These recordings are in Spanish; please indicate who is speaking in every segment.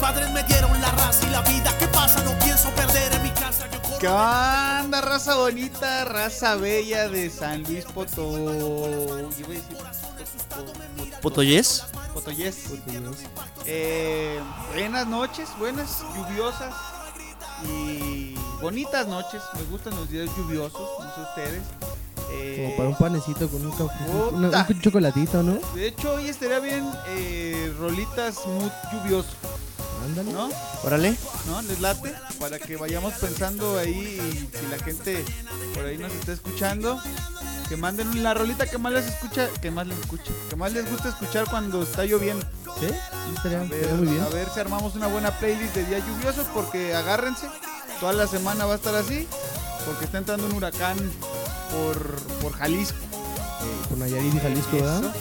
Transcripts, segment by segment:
Speaker 1: padres me dieron la raza y la vida que pasa no pienso perder en mi casa. Yo corro
Speaker 2: ¿Qué onda, raza bonita, raza bella de San Luis Potó? Yo voy a decir Potó-
Speaker 3: ¿Potoyes?
Speaker 2: Potoyés.
Speaker 4: Pues,
Speaker 2: Eh, buenas noches, buenas, lluviosas y bonitas noches. Me gustan los días lluviosos, no sé ustedes. Eh,
Speaker 4: Como para un panecito con un café,
Speaker 2: Puta.
Speaker 4: una- un chocolatito, ¿no?
Speaker 2: De hecho, hoy estaría bien eh, rolitas muy lluviosos,
Speaker 4: Ándale.
Speaker 2: ¿no?
Speaker 3: Órale.
Speaker 2: ¿No? ¿Les late? Para que vayamos pensando ahí y si la gente por ahí nos está escuchando, que manden la rolita que más les escucha, que más les escucha, que más les gusta escuchar cuando está lloviendo.
Speaker 4: ¿Sí? sí,
Speaker 2: A
Speaker 4: Estaría,
Speaker 2: ver,
Speaker 4: estaría Ah, muy bien.
Speaker 2: a ver si armamos una buena playlist de días lluviosos porque agárrense, toda la semana va a estar así, porque está entrando un huracán por, por Jalisco.
Speaker 4: Con Nayarit y Jalisco,
Speaker 2: Eso.
Speaker 4: ¿verdad?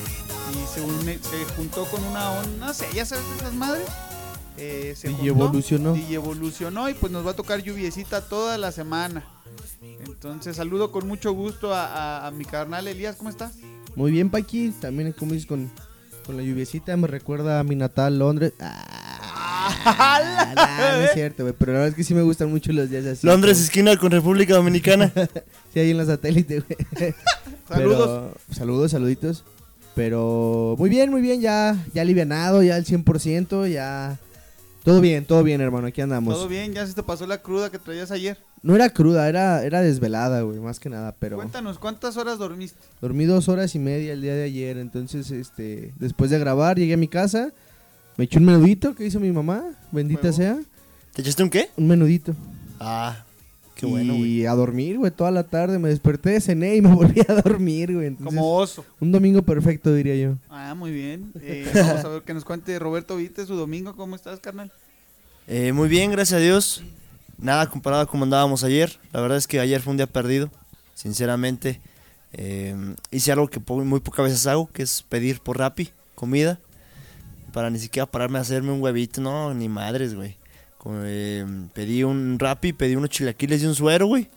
Speaker 2: Y se, une- se juntó con una onda, no sé, ya sabes de esas madres. Eh, se
Speaker 4: Y
Speaker 2: juntó
Speaker 4: evolucionó.
Speaker 2: y evolucionó y pues nos va a tocar lluviecita toda la semana. Entonces saludo con mucho gusto a, a- a mi carnal Elías, ¿cómo estás?
Speaker 4: Muy bien, Paqui. También, como dices, con, con la lluviecita me recuerda a mi natal Londres. Ah, nah, no es cierto, güey. Pero la verdad es que sí me gustan mucho los días así.
Speaker 3: Londres, esquina con República Dominicana.
Speaker 4: Sí, ahí en la satélite, güey.
Speaker 2: Saludos.
Speaker 4: Pero- saludos, saluditos. Pero muy bien, muy bien. Ya, ya alivianado, ya al 100%. Ya. Todo bien, todo bien, hermano. Aquí andamos.
Speaker 2: ¿Todo bien? ¿Ya se te pasó la cruda que traías ayer?
Speaker 4: No era cruda, era, era desvelada, güey, más que nada, pero
Speaker 2: Cuéntanos, ¿cuántas horas dormiste?
Speaker 4: dormí dos horas y media el día de ayer, entonces, este, después de grabar, llegué a mi casa, me eché un menudito que hizo mi mamá, bendita
Speaker 2: Huevo.
Speaker 4: sea,
Speaker 3: ¿Te echaste un qué?
Speaker 4: un menudito.
Speaker 3: Ah, qué bueno,
Speaker 4: y
Speaker 3: güey.
Speaker 4: a dormir, güey, toda la tarde, me desperté, cené y me volví a dormir, güey, entonces,
Speaker 2: Como oso.
Speaker 4: un domingo perfecto, diría yo.
Speaker 2: Ah, muy bien. Eh, vamos a ver que nos cuente Roberto Vite su domingo. ¿Cómo estás, carnal?
Speaker 3: Eh, muy bien, gracias a Dios. Nada comparado a como andábamos ayer. La verdad es que ayer fue un día perdido, sinceramente. Eh, hice algo que po- muy pocas veces hago, que es pedir por Rappi comida. Para ni siquiera pararme a hacerme un huevito, no, ni madres, güey. Como, eh, pedí un Rappi, pedí unos chilaquiles y un suero, güey.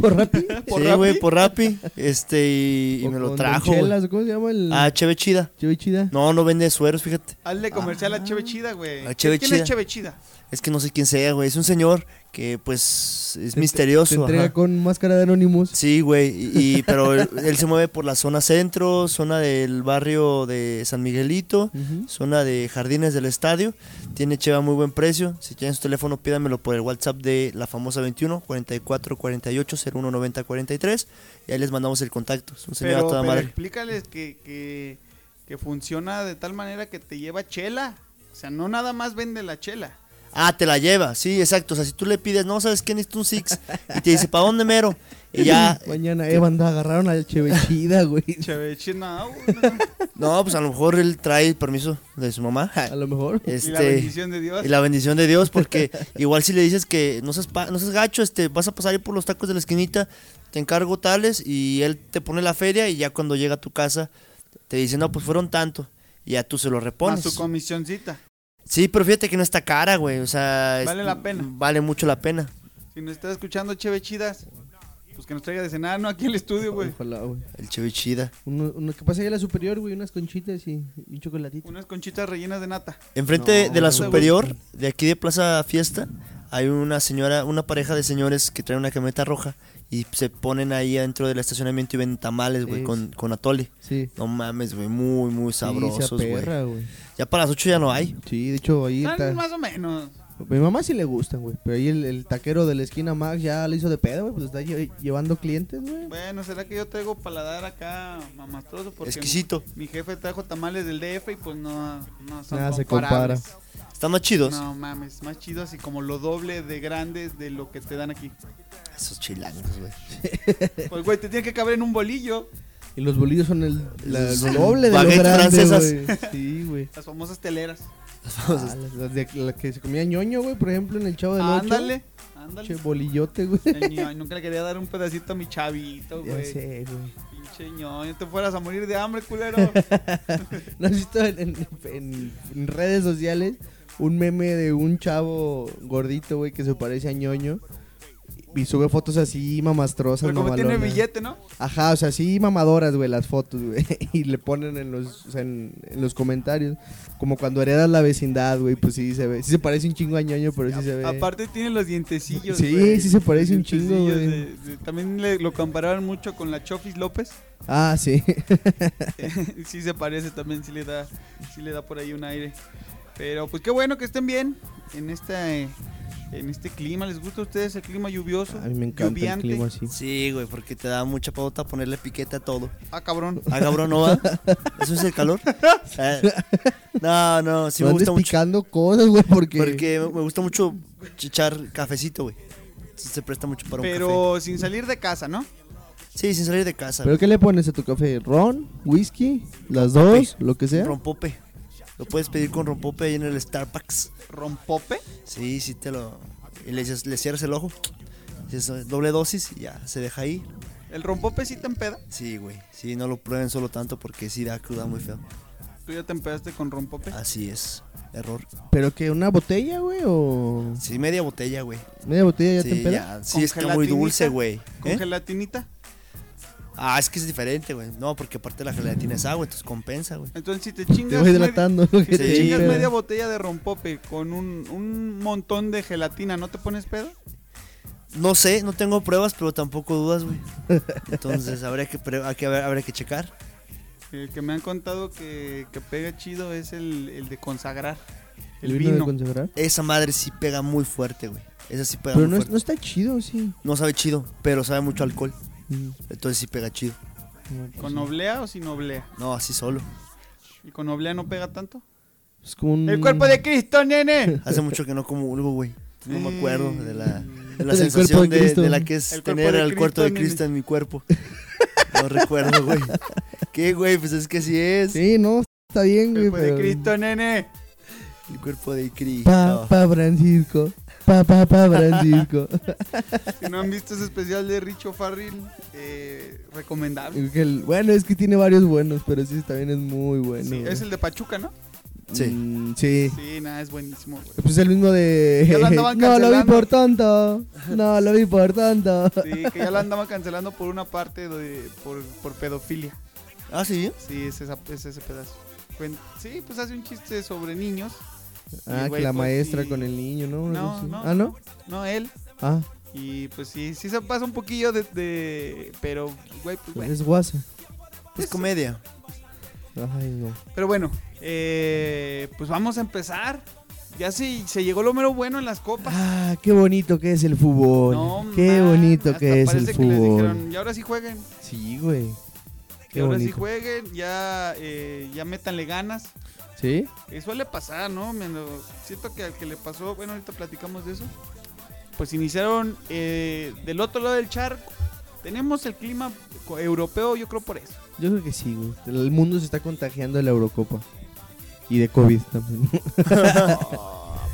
Speaker 4: ¿Por Rappi?
Speaker 2: ¿Por
Speaker 3: sí,
Speaker 2: Rappi?
Speaker 3: güey, por Rappi. Este, y, y
Speaker 4: O
Speaker 3: me lo
Speaker 4: con
Speaker 3: trajo, güey.
Speaker 4: Chelas, ¿Cómo se llama el...?
Speaker 3: Ah, Cheve Chida.
Speaker 4: Cheve Chida.
Speaker 3: No, no vende sueros, fíjate.
Speaker 2: Hazle comercial a Cheve Chida, güey.
Speaker 3: Ah. A
Speaker 2: ¿Quién
Speaker 3: Cheve
Speaker 2: es
Speaker 3: Chida.
Speaker 2: Cheve Chida?
Speaker 3: Es que no sé quién sea, güey. Es un señor que, pues, es
Speaker 4: Te- te- Se
Speaker 3: misterioso.
Speaker 4: entrega
Speaker 3: ajá.
Speaker 4: con máscara de Anonymous.
Speaker 3: Sí, güey. Y, y- pero él, él se mueve por la zona centro, zona del barrio de San Miguelito,
Speaker 4: Ujú.
Speaker 3: zona de Jardines del Estadio. Tiene cheva a muy buen precio. Si quieren su teléfono, pídamelo por el WhatsApp de la famosa 21 44 48 01 90 43. Y ahí les mandamos el contacto. Es un señor a
Speaker 2: Pero,
Speaker 3: toda
Speaker 2: pero
Speaker 3: madre.
Speaker 2: explícales que, que, que funciona de tal manera que te lleva chela. O sea, no nada más vende la chela.
Speaker 3: Ah, te la lleva, sí, exacto. O sea, si tú le pides, no sabes quién es un Six, y te dice, ¿para dónde mero? Y ya,
Speaker 4: Mañana, eh, banda, agarraron al Chevechida, güey.
Speaker 2: Cheve Chida, no, güey.
Speaker 3: no, pues a lo mejor él trae el permiso de su mamá.
Speaker 4: A lo mejor.
Speaker 2: Y la
Speaker 3: Este,
Speaker 2: bendición de Dios.
Speaker 3: y la bendición de Dios, porque igual si le dices que no seas, pa- no seas gacho, este, vas a pasar ahí por los tacos de la esquinita, te encargo tales, y él te pone la feria, y ya cuando llega a tu casa, te dice, no, pues fueron tanto, y ya tú se lo
Speaker 2: Más
Speaker 3: repones.
Speaker 2: su comisioncita.
Speaker 3: Sí, pero fíjate que no está cara, güey, o sea... es-
Speaker 2: Vale la pena.
Speaker 3: Vale mucho la pena.
Speaker 2: Si nos estás escuchando, Cheve Chidas, pues que nos traiga de cenar, no aquí el estudio, güey.
Speaker 4: Ojalá, güey.
Speaker 3: El chevechida.
Speaker 4: Uno, uno que pasa ahí a la superior, güey, unas conchitas y, y un chocolatito.
Speaker 2: Unas conchitas rellenas de nata.
Speaker 3: Enfrente
Speaker 4: No,
Speaker 3: de la
Speaker 4: no.
Speaker 3: superior, de aquí de Plaza Fiesta, hay una señora, una pareja de señores que traen una camioneta roja y se ponen ahí adentro del estacionamiento y venden tamales, güey,
Speaker 4: Sí.
Speaker 3: con, con atole.
Speaker 4: Sí.
Speaker 3: No mames, güey, muy, muy
Speaker 4: sí,
Speaker 3: sabrosos,
Speaker 4: se
Speaker 3: güey.
Speaker 4: aperra, güey.
Speaker 3: ya para las 8 ya no hay.
Speaker 4: Sí, de hecho, ahí
Speaker 2: Están
Speaker 4: está.
Speaker 2: Ah, más o menos.
Speaker 4: Mi mamá sí le gustan, güey. Pero ahí el, el taquero de la esquina Max ya le hizo de pedo, güey. Pues está lle- llevando clientes, güey.
Speaker 2: Bueno, ¿será que yo traigo paladar acá mamastroso? Porque
Speaker 3: Exquisito.
Speaker 2: mi jefe trajo tamales del DF y pues no, no son
Speaker 4: Nada se
Speaker 2: comparables.
Speaker 3: Están más chidos.
Speaker 2: No mames, más chido así como lo doble de grandes de lo que te dan aquí.
Speaker 3: Esos chilangos, güey.
Speaker 2: Pues güey, te tiene que caber en un bolillo.
Speaker 4: Y los bolillos son el, la- el doble de lo
Speaker 3: Baguettes
Speaker 4: grande,
Speaker 3: francesas.
Speaker 4: güey. Sí, güey.
Speaker 2: Las famosas teleras.
Speaker 4: Ah, las- las de la que se comía ñoño, güey, por ejemplo, en el Chavo del Ocho.
Speaker 2: Ah, ándale,
Speaker 4: Che,
Speaker 2: ándale.
Speaker 4: bolillote, güey.
Speaker 2: El ñoño, nunca le quería dar un pedacito a mi chavito,
Speaker 4: Ya
Speaker 2: güey.
Speaker 4: sé, güey.
Speaker 2: Pinche ñoño, te fueras a morir de hambre, culero.
Speaker 4: ¿No has visto en, en- en- en redes sociales un meme de un chavo gordito, güey, que se parece a ñoño? y sube fotos así mamastrosas,
Speaker 2: Pero como tiene
Speaker 4: mamalonas.
Speaker 2: billete, ¿no?
Speaker 4: Ajá, o sea, sí mamadoras, güey, las fotos, güey. Y le ponen en los, o sea, en, en los comentarios. Como cuando heredas la vecindad, güey, pues sí se ve. Sí se parece un chingo a ñoño, pero sí se ve.
Speaker 2: Aparte tiene los dientecillos.
Speaker 4: Sí,
Speaker 2: güey.
Speaker 4: sí se parece un chingo,
Speaker 2: Dientecillos
Speaker 4: güey.
Speaker 2: de- de- También le- lo compararon mucho con la Chofis López.
Speaker 4: Ah, sí.
Speaker 2: sí se parece también, sí le da, sí le da por ahí un aire. Pero pues qué bueno que estén bien en esta eh, en este clima. ¿Les gusta a ustedes el clima lluvioso?
Speaker 4: A mí me encanta el
Speaker 2: Lluviante.
Speaker 4: clima así.
Speaker 3: Sí, güey, porque te da mucha pauta ponerle piquete a todo.
Speaker 2: Ah, cabrón.
Speaker 3: Ah, cabrón, ¿no va? ¿Eso es el calor? Eh, no, no, sí
Speaker 4: No
Speaker 3: me
Speaker 4: andes
Speaker 3: gusta mucho.
Speaker 4: picando cosas, güey, porque...
Speaker 3: Porque me gusta mucho echar cafecito, güey. Entonces se presta mucho para un
Speaker 2: Pero sin salir de casa, ¿no?
Speaker 3: café. Sí, sin salir de casa.
Speaker 4: ¿Pero qué le pones a tu café? ¿Ron? ¿Whisky? ¿Las dos? ¿Lo que
Speaker 3: güey.
Speaker 4: sea?
Speaker 3: Rompope. Lo puedes pedir con rompope ahí en el Starbucks.
Speaker 2: Rompope.
Speaker 3: Sí, sí te lo... Y le, dices- le cierras el ojo. Dices, eh, doble dosis y ya, se deja ahí.
Speaker 2: El rompope sí te empeda.
Speaker 3: Sí, güey. Sí, no lo prueben solo tanto porque sí da cruda muy feo.
Speaker 2: Tú ya te empedaste con rompope.
Speaker 3: Así es. Error.
Speaker 4: ¿Pero qué? ¿Una botella, güey? ¿O
Speaker 3: Sí, media botella, güey.
Speaker 4: media botella ya te
Speaker 3: Sí,
Speaker 4: empeda?
Speaker 3: ya.
Speaker 2: ¿Con
Speaker 3: Ah, Sí, está muy
Speaker 2: gelatinita?
Speaker 3: dulce, güey.
Speaker 2: Con
Speaker 3: ¿Eh?
Speaker 2: gelatinita.
Speaker 3: Ah, es que es diferente, güey. No, porque aparte la gelatina es agua, entonces compensa, güey.
Speaker 2: Entonces si te chingas.
Speaker 4: Te voy
Speaker 2: media-
Speaker 4: hidratando. güey,
Speaker 2: Si
Speaker 3: Sí,
Speaker 2: te chingas
Speaker 4: empeda.
Speaker 2: media botella de rompope con un, un montón de gelatina, ¿no te pones pedo?
Speaker 3: No sé, no tengo pruebas, pero tampoco dudas, güey. Entonces habría que, pre- hay que ver- habría que checar.
Speaker 2: El que me han contado que, que pega chido es el, el de consagrar. El,
Speaker 4: ¿El
Speaker 2: vino.
Speaker 4: de consagrar?
Speaker 3: Esa madre sí pega muy fuerte, güey. Esa sí pega
Speaker 4: Pero
Speaker 3: muy
Speaker 4: no, es-
Speaker 3: fuerte.
Speaker 4: no está chido, sí.
Speaker 3: No sabe chido, pero sabe mucho a alcohol.
Speaker 4: Mm,
Speaker 3: Entonces sí pega chido.
Speaker 4: no, pues
Speaker 2: ¿Con
Speaker 4: sí.
Speaker 2: oblea o sin oblea?
Speaker 3: No, así solo.
Speaker 2: ¿Y con oblea no pega tanto?
Speaker 4: Es como un...
Speaker 2: ¡El cuerpo de Cristo, nene!
Speaker 3: Hace mucho que no como algo, güey. No me acuerdo de la, de la
Speaker 4: Del
Speaker 3: sensación
Speaker 4: cuerpo de
Speaker 3: de,
Speaker 4: Cristo.
Speaker 3: de la que es
Speaker 2: Mm. El cuerpo
Speaker 3: tener
Speaker 2: de
Speaker 3: al cuarto de
Speaker 2: Cristo en
Speaker 3: Cristo en mi cuerpo. No recuerdo, güey. ¿Qué, güey? Pues es que así es.
Speaker 4: Sí, no, está bien, güey,
Speaker 2: ¡Cuerpo de
Speaker 4: pero...
Speaker 2: Cristo, nene!
Speaker 3: El cuerpo de Cristo.
Speaker 4: Pa, pa, Francisco. Pa, pa, pa, Francisco.
Speaker 2: Si no han visto ese especial de Richo Farril, eh, recomendable.
Speaker 4: Que el- bueno, es que tiene varios buenos, pero sí, también es muy bueno.
Speaker 2: Sí,
Speaker 4: güey.
Speaker 2: es el de Pachuca, ¿no?
Speaker 3: Sí.
Speaker 4: Mm, sí.
Speaker 2: Sí, nada, es buenísimo, güey.
Speaker 4: Pues el mismo de.
Speaker 2: Ya lo andaban
Speaker 4: no, lo vi
Speaker 2: cancelando.
Speaker 4: por tonto. No, lo vi por tonto.
Speaker 2: Sí, que ya la andaba cancelando por una parte de, por, por pedofilia.
Speaker 3: Ah, sí.
Speaker 2: Sí, es, esa- es ese pedazo. Cuen- Sí, pues hace un chiste sobre niños.
Speaker 4: Ah,
Speaker 2: güey,
Speaker 4: que la
Speaker 2: pues,
Speaker 4: maestra
Speaker 2: sí.
Speaker 4: con el niño, ¿no? Una
Speaker 2: No,
Speaker 4: cosa así.
Speaker 2: no.
Speaker 4: Ah, ¿no?
Speaker 2: No, él.
Speaker 4: Ah,
Speaker 2: Y pues sí, sí se pasa un poquillo de... de- pero, güey, pues bueno.
Speaker 4: es guasa.
Speaker 3: Es Pues comedia.
Speaker 4: Ay, no.
Speaker 2: Pero bueno, eh, pues vamos a empezar. Ya sí, se llegó lo mero bueno en las copas.
Speaker 4: Ah, qué bonito que es el fútbol.
Speaker 2: No,
Speaker 4: qué
Speaker 2: man,
Speaker 4: bonito
Speaker 2: hasta
Speaker 4: que es el
Speaker 2: parece que les
Speaker 4: fútbol.
Speaker 2: dijeron, y ahora sí jueguen.
Speaker 4: Sí, güey.
Speaker 2: Y
Speaker 4: Qué
Speaker 2: ahora sí
Speaker 4: bonito.
Speaker 2: jueguen, ya, eh, ya métanle ganas.
Speaker 4: ¿Sí?
Speaker 2: Eh, suele pasar, ¿no? Me lo- siento que al que le pasó, bueno, ahorita platicamos de eso. Pues iniciaron eh, del otro lado del charco. Tenemos el clima co- europeo, yo creo por eso.
Speaker 4: Yo creo que sí, güey. El mundo se está contagiando de la Eurocopa. Y de COVID también.
Speaker 2: Ah,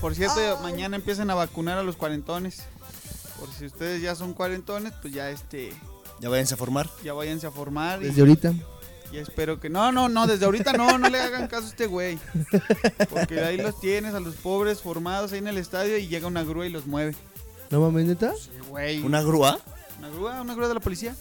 Speaker 2: por cierto, mañana empiezan a vacunar a los cuarentones. Por si ustedes ya son cuarentones, pues ya este,
Speaker 3: Ya váyanse a formar.
Speaker 2: ya váyanse a formar. y-
Speaker 4: Desde ahorita.
Speaker 2: Y espero que. No, no, no, desde ahorita no, no le hagan caso a este güey. Porque ahí los tienes, a los pobres formados ahí en el estadio y llega una grúa y los mueve.
Speaker 4: ¿No mames, neta?
Speaker 2: Sí, Güey.
Speaker 3: ¿Una grúa?
Speaker 2: ¿Una grúa? ¿Una grúa de la policía?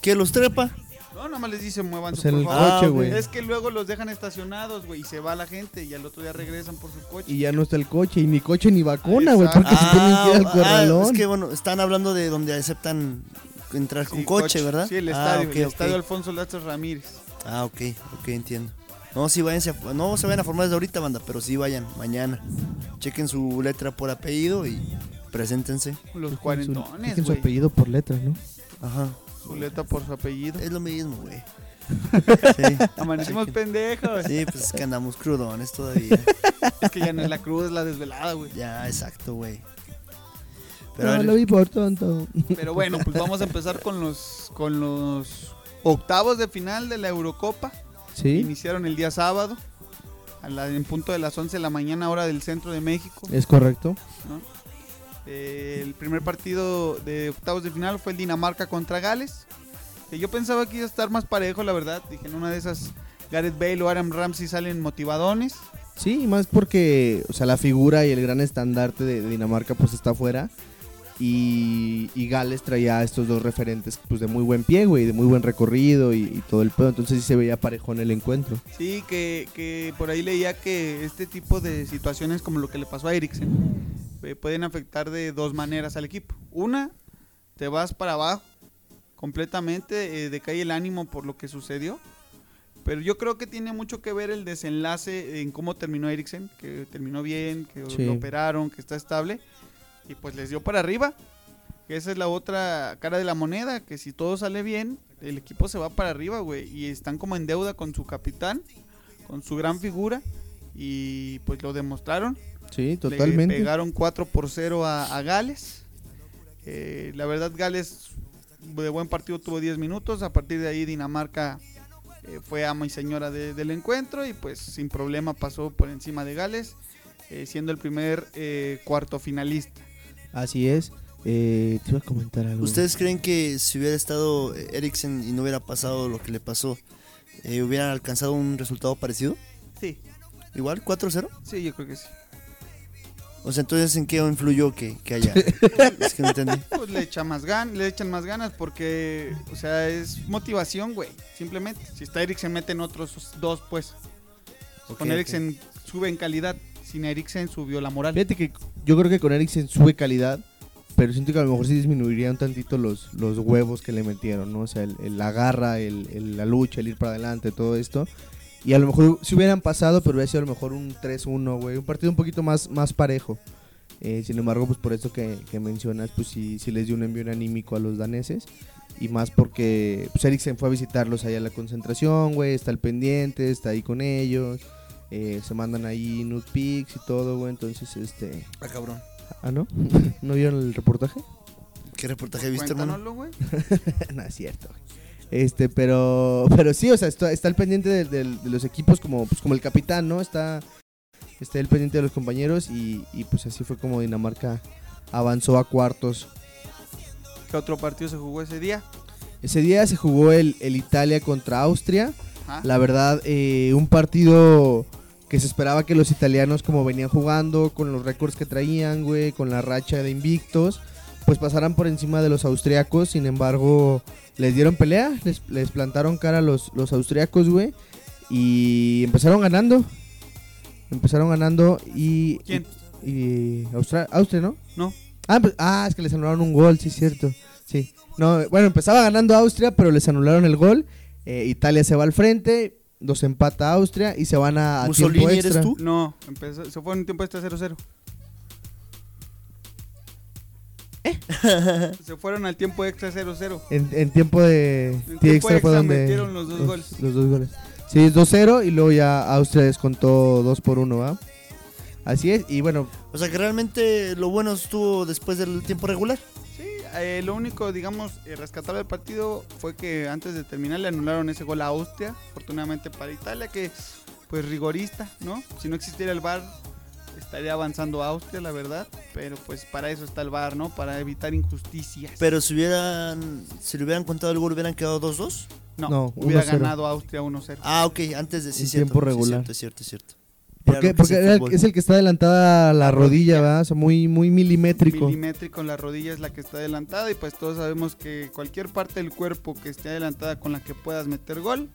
Speaker 3: ¿Qué los trepa?
Speaker 2: No, nada más les dice
Speaker 4: O
Speaker 2: muévanse,
Speaker 4: sea, en
Speaker 2: por
Speaker 4: el
Speaker 2: favor.
Speaker 4: coche,
Speaker 3: Ah,
Speaker 4: güey.
Speaker 2: Es que luego los dejan estacionados, güey, y se va la gente y al otro día regresan por su coche.
Speaker 4: Y ya no está el coche, y ni coche ni vacuna, güey,
Speaker 2: Exacto.
Speaker 4: porque se tienen que ir al
Speaker 3: ah,
Speaker 4: corralón.
Speaker 3: es que bueno, están hablando de donde aceptan entrar
Speaker 2: Sí,
Speaker 3: con coche, ¿verdad?
Speaker 2: Sí, el
Speaker 3: Ah,
Speaker 2: estadio,
Speaker 3: ok,
Speaker 2: el
Speaker 3: ok.
Speaker 2: estadio Alfonso Lázaro Ramírez.
Speaker 3: Ah, ok, ok, entiendo. No, sí, váyanse a- no se vayan a formar desde ahorita, banda, pero sí vayan mañana. Chequen su letra por apeldido y preséntense.
Speaker 2: Los
Speaker 4: Dejen su-
Speaker 2: cuarentones,
Speaker 4: dejen su
Speaker 2: güey.
Speaker 4: apellido por letra, ¿no?
Speaker 3: Ajá.
Speaker 2: Su letra por su apellido.
Speaker 3: Es lo mismo, güey. Sí,
Speaker 2: Amanecimos pendejos.
Speaker 3: sí, pues es que andamos crudones todavía.
Speaker 2: Es que ya no es la cruz, es la desvelada, güey.
Speaker 3: Ya, exacto, güey. Pero
Speaker 4: Pero
Speaker 3: a ver,
Speaker 4: lo vi por tonto.
Speaker 2: Pero bueno, pues vamos a empezar con los con los octavos de final de la Eurocopa.
Speaker 4: ¿Sí?
Speaker 2: Iniciaron el día sábado a la- en punto de las 11 de la mañana hora del centro de México.
Speaker 4: Es correcto.
Speaker 2: Eh, el primer partido de octavos de final fue el Dinamarca contra Gales. Que yo pensaba que iba a estar más parejo, la verdad. Dije, en una de esas Gareth Bale o Aram Ramsey salen motivadones.
Speaker 4: Sí, y más porque, o sea, la figura y el gran estandarte de, de Dinamarca, pues está afuera. Y, y Gales traía a estos dos referentes pues de muy buen pie, güey, de muy buen recorrido y, y todo el pedo. Entonces sí se veía parejo en el encuentro.
Speaker 2: Sí, que, que por ahí leía que este tipo de situaciones como lo que le pasó a Eriksen eh, pueden afectar de dos maneras al equipo. Una, te vas para abajo completamente, eh, decae el ánimo por lo que sucedió. Pero yo creo que tiene mucho que ver el desenlace en cómo terminó Eriksen, que terminó bien, que
Speaker 4: Sí.
Speaker 2: lo operaron, que está estable. Y pues les dio para arriba. Que esa es la otra cara de la moneda, que si todo sale bien, el equipo se va para arriba, güey. Y están como en deuda con su capitán, con su gran figura. Y pues lo demostraron.
Speaker 4: Sí,
Speaker 2: Le
Speaker 4: totalmente.
Speaker 2: pegaron 4 por 0 a, a Gales. Eh, la verdad, Gales de buen partido tuvo 10 minutos. A partir de ahí, Dinamarca eh, fue ama y señora de- del encuentro y pues sin problema pasó por encima de Gales, eh, siendo el primer eh, cuarto finalista.
Speaker 4: Así es. Eh, te iba a comentar algo.
Speaker 3: ¿Ustedes creen que si hubiera estado eh, Eriksen y no hubiera pasado lo que le pasó, eh, hubieran alcanzado un resultado parecido?
Speaker 2: Sí,
Speaker 3: ¿Igual? ¿4-0?
Speaker 2: sí, yo creo que sí.
Speaker 3: O sea, entonces, ¿en qué influyó que, que haya? es que no entendí.
Speaker 2: Pues le, echa más gan le echan más ganas porque, o sea, es motivación, güey. Simplemente. Si está Eriksen, meten otros dos, pues.
Speaker 3: Ok,
Speaker 2: Con
Speaker 3: ok.
Speaker 2: Eriksen sube en calidad. Sin Eriksen subió la moral.
Speaker 4: Fíjate que yo creo que con Eriksen sube calidad, pero siento que a lo mejor sí disminuirían tantito los, los huevos que le metieron, ¿no? O sea, el, el agarra, el, el- la lucha, el ir para adelante, todo esto. Y a lo mejor si hubieran pasado, pero hubiera sido a lo mejor un 3-1, güey. Un partido un poquito más, más parejo. Eh, sin embargo, pues por esto que, que mencionas, pues sí, sí les dio un envío anímico a los daneses. Y más porque pues, Eriksen fue a visitarlos allá a la concentración, güey. Está al pendiente, está ahí con ellos. eh, se mandan ahí nude pics y todo, güey. Entonces, este...
Speaker 3: Ah, cabrón.
Speaker 4: ¿Ah, no? ¿No vieron el reportaje?
Speaker 3: ¿Qué reportaje viste, hermano?
Speaker 2: Cuéntanoslo, güey.
Speaker 4: no, es cierto. güey. Este, pero, pero sí, o sea, está, está al pendiente de, de- de los equipos como, pues, como el capitán, ¿no? Está, está al pendiente de los compañeros y, y pues así fue como Dinamarca avanzó a cuartos.
Speaker 2: ¿Qué otro partido se jugó ese día?
Speaker 4: Ese día se jugó el, el Italia contra Austria.
Speaker 2: Ah,
Speaker 4: La verdad, eh, un partido que se esperaba que los italianos, como venían jugando, con los récords que traían, güey, con la racha de invictos, pues pasaran por encima de los austriacos. Sin embargo, les dieron pelea, les, les plantaron cara a los, los austriacos, güey, y empezaron ganando. Empezaron ganando y.
Speaker 2: ¿Quién?
Speaker 4: Y, y Austra- Austria, ¿no?
Speaker 2: No.
Speaker 4: Ah, pues- ah, es que les anularon un gol, sí, es cierto. Sí. No, bueno, empezaba ganando Austria, pero les anularon el gol. Eh, Italia se va al frente, los empata Austria y se van a, a
Speaker 3: Mussolini,
Speaker 4: tiempo extra.
Speaker 3: ¿eres tú?
Speaker 2: No, empezó, se fue en un tiempo este extra 0-0. ¿Eh? se fueron al tiempo extra 0-0.
Speaker 4: En, en tiempo de
Speaker 2: tiempo
Speaker 4: de extra fue
Speaker 2: extra
Speaker 4: donde
Speaker 2: metieron los dos goles.
Speaker 4: los dos goles. Sí, es 2-0 y luego ya Austria descontó 2 por 1, ¿va? Así es, y bueno,
Speaker 3: O sea, que realmente lo bueno estuvo después del tiempo regular.
Speaker 2: Sí, eh, lo único, digamos, eh, rescatable del partido fue que antes de terminar le anularon ese gol a Austria, afortunadamente para Italia, que pues rigorista, ¿no? Si no existiera el VAR, estaría avanzando Austria, la verdad, pero pues para eso está el VAR, ¿no? Para evitar injusticias.
Speaker 3: Pero si hubieran, si le hubieran contado el gol, hubieran quedado 2-2.
Speaker 2: no,
Speaker 4: no,
Speaker 2: hubiera
Speaker 4: 1-0.
Speaker 2: ganado Austria 1-0.
Speaker 3: Ah, ok, antes de sí,
Speaker 4: En
Speaker 3: cierto,
Speaker 4: tiempo
Speaker 3: sí,
Speaker 4: regular.
Speaker 3: cierto, es cierto, es cierto.
Speaker 4: ¿por
Speaker 3: Era
Speaker 4: qué?
Speaker 3: lo que
Speaker 4: porque
Speaker 3: es el
Speaker 4: era el-
Speaker 3: fútbol.
Speaker 4: es el que está adelantada la rodilla,
Speaker 2: rodilla.
Speaker 4: ¿verdad? O sea, muy, muy milimétrico.
Speaker 2: Milimétrico en la rodilla es la que está adelantada y pues todos sabemos que cualquier parte del cuerpo que esté adelantada con la que puedas meter gol,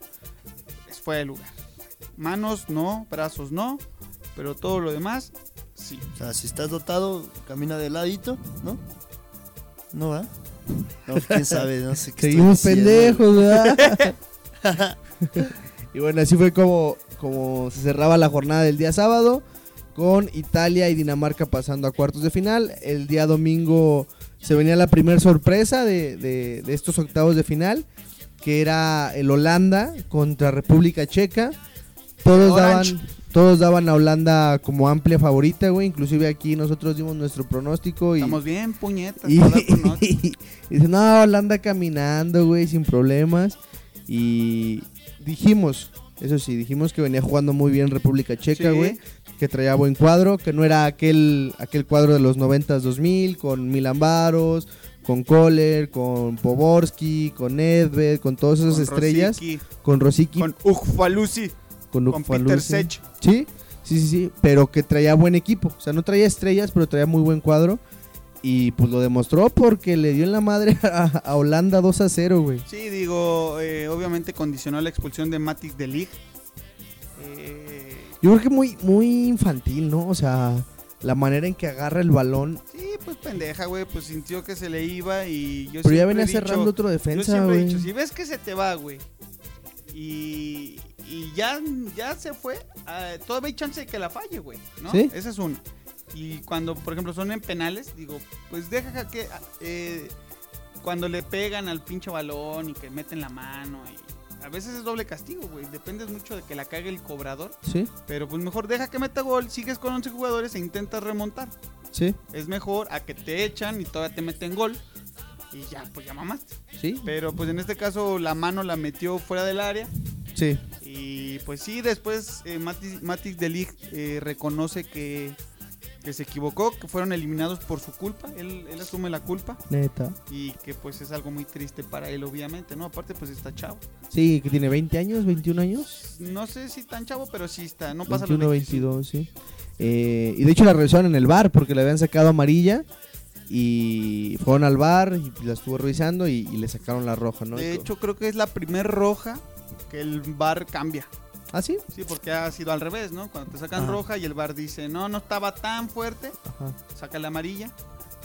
Speaker 2: es fuera de lugar. Manos no, brazos no, pero todo lo demás sí.
Speaker 3: O sea, si estás dotado, camina de ladito, ¿no? No va. No, quién sabe, no sé qué. estoy
Speaker 4: Seguimos
Speaker 3: diciendo.
Speaker 4: pendejos, ¿verdad? y bueno, así fue como, como se cerraba la jornada del día sábado, con Italia y Dinamarca pasando a cuartos de final. El día domingo se venía la primera sorpresa de, de- de estos octavos de final, que era el Holanda contra República Checa. Todos
Speaker 2: Orange.
Speaker 4: daban, todos daban a Holanda como amplia favorita, güey. Inclusive aquí nosotros dimos nuestro pronóstico y...
Speaker 2: Estamos bien, puñetas.
Speaker 4: Y,
Speaker 2: por dar pronóstico.
Speaker 4: y dice, no, Holanda caminando, güey, sin problemas. Y dijimos, eso sí, dijimos que venía jugando muy bien República Checa,
Speaker 2: Sí.
Speaker 4: güey. Que traía buen cuadro, que no era aquel, aquel cuadro de los 90s 2000 con Milan Baros, con Kohler, con Poborski, con Nedved, con todas esas
Speaker 2: Con
Speaker 4: estrellas,
Speaker 2: Rosicky,
Speaker 4: con Rosicky,
Speaker 2: con Ujfalusi,
Speaker 4: con,
Speaker 2: con Peter
Speaker 4: Ufaluzzi.
Speaker 2: Sech.
Speaker 4: Sí, sí, sí, sí, pero que traía buen equipo. O sea, no traía estrellas, pero traía muy buen cuadro. Y pues lo demostró porque le dio en la madre a, a Holanda 2 a 0, güey.
Speaker 2: Sí, digo, eh, obviamente condicionó la expulsión de Matic de Lig. Eh,
Speaker 4: Yo creo que muy, muy infantil, ¿no? O sea, la manera en que agarra el balón.
Speaker 2: sí, pues pendeja, güey, pues sintió que se le iba y yo
Speaker 4: Pero ya
Speaker 2: siempre
Speaker 4: venía
Speaker 2: he dicho-
Speaker 4: cerrando otro
Speaker 2: Yo
Speaker 4: defensa,
Speaker 2: siempre he
Speaker 4: güey.
Speaker 2: dicho, si ves que se te va, güey, y, y ya, ya se fue, ah, todavía hay chance de que la falle, güey, ¿no?
Speaker 4: Sí.
Speaker 2: Esa es una. Y cuando, por ejemplo, son en penales, digo, pues deja que... eh, cuando le pegan al pinche balón y que meten la mano y... A veces es doble castigo, güey. Dependes mucho de que la cague el cobrador.
Speaker 4: Sí,
Speaker 2: Pero pues mejor deja que meta gol, sigues con 11 jugadores e intentas remontar.
Speaker 4: sí,
Speaker 2: Es mejor a que te echan y todavía te meten gol. Y ya, pues ya mamaste.
Speaker 4: sí.
Speaker 2: Pero pues en este caso la mano la metió fuera del área.
Speaker 4: Sí.
Speaker 2: Y pues sí, después eh, Matis, Matis de Ligt eh, reconoce que, que se equivocó, que fueron eliminados por su culpa. Él, él asume la culpa
Speaker 4: Neta.
Speaker 2: y que pues es algo muy triste para él, obviamente, ¿no? Aparte pues está chavo.
Speaker 4: Sí, que tiene 20 años, 21 años.
Speaker 2: No sé si tan chavo, pero sí está. No pasa
Speaker 4: 21,
Speaker 2: los
Speaker 4: 22, sí. Eh, y de hecho la revisaron en el bar porque le habían sacado amarilla. Y fueron al bar y la estuvo revisando y, y le sacaron la roja, ¿no?
Speaker 2: De hecho creo que es la primer roja que el bar cambia.
Speaker 4: ¿Ah, sí?
Speaker 2: Sí, porque ha sido al revés, ¿no? Cuando te sacan
Speaker 4: Ajá.
Speaker 2: roja y el bar dice, no, no estaba tan fuerte,
Speaker 4: Ajá.
Speaker 2: saca la amarilla,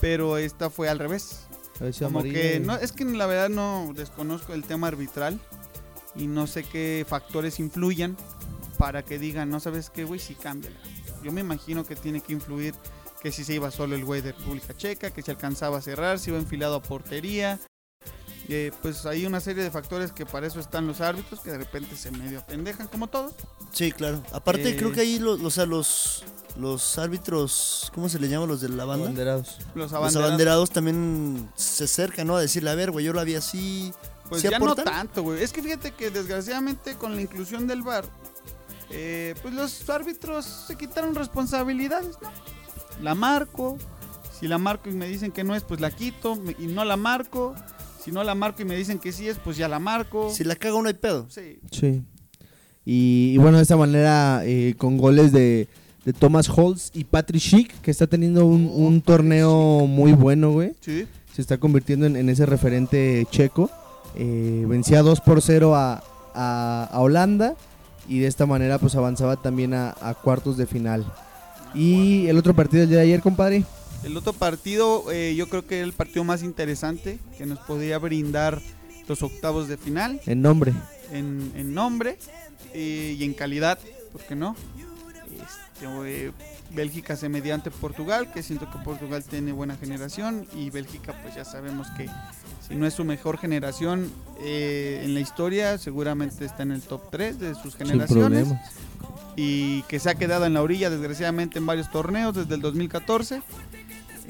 Speaker 2: pero esta fue al revés.
Speaker 4: Había sido
Speaker 2: Como
Speaker 4: amarilla
Speaker 2: que
Speaker 4: y-
Speaker 2: no, es que la verdad no desconozco el tema arbitral y no sé qué factores influyan para que digan, no sabes qué, güey, si cámbiala. Yo me imagino que tiene que influir que si se iba solo el güey de República Checa, que se alcanzaba a cerrar, si iba enfilado a portería. Eh, pues hay una serie de factores que para eso están los árbitros, que de repente se medio pendejan, como todos.
Speaker 3: Sí, claro. Aparte,
Speaker 2: Eh.
Speaker 3: creo que ahí lo- o sea, los, los árbitros, ¿cómo se les llama los de la banda?
Speaker 4: Abanderados.
Speaker 2: Los
Speaker 3: Los
Speaker 2: abanderados.
Speaker 3: abanderados también se acercan, ¿no? A decirle, a ver, güey, yo la vi así.
Speaker 2: Pues
Speaker 3: ¿Sí
Speaker 2: ya
Speaker 3: aportan?
Speaker 2: no tanto, güey. Es que fíjate que desgraciadamente con la inclusión del VAR, eh, pues los árbitros se quitaron responsabilidades, ¿no? La marco, si la marco y me dicen que no es, pues la quito me- y no la marco. Si no la marco y me dicen que sí es, pues ya la marco.
Speaker 3: Si la cago, no hay pedo.
Speaker 2: Sí.
Speaker 4: Sí. Y, y bueno, de esta manera, eh, con goles de, de Thomas Holtz y Patrick Schick, que está teniendo un,
Speaker 2: Oh,
Speaker 4: un torneo muy bueno, güey.
Speaker 2: Sí.
Speaker 4: Se está convirtiendo en, en ese referente checo. Eh, vencía 2 por 0 a, a- a Holanda. Y de esta manera, pues avanzaba también a, a cuartos de final. Y el otro partido del día de ayer, compadre.
Speaker 2: El otro partido, eh, yo creo que era el partido más interesante que nos podía brindar los octavos de final.
Speaker 4: En nombre.
Speaker 2: en, en nombre eh, y en calidad, ¿por qué no? Este, eh, Bélgica se medía ante Portugal, que siento que Portugal tiene buena generación y Bélgica pues ya sabemos que si no es su mejor generación eh, en la historia, seguramente está en el top 3 de sus
Speaker 4: Sin
Speaker 2: generaciones
Speaker 4: problemas.
Speaker 2: y que se ha quedado en la orilla desgraciadamente en varios torneos desde el 2014.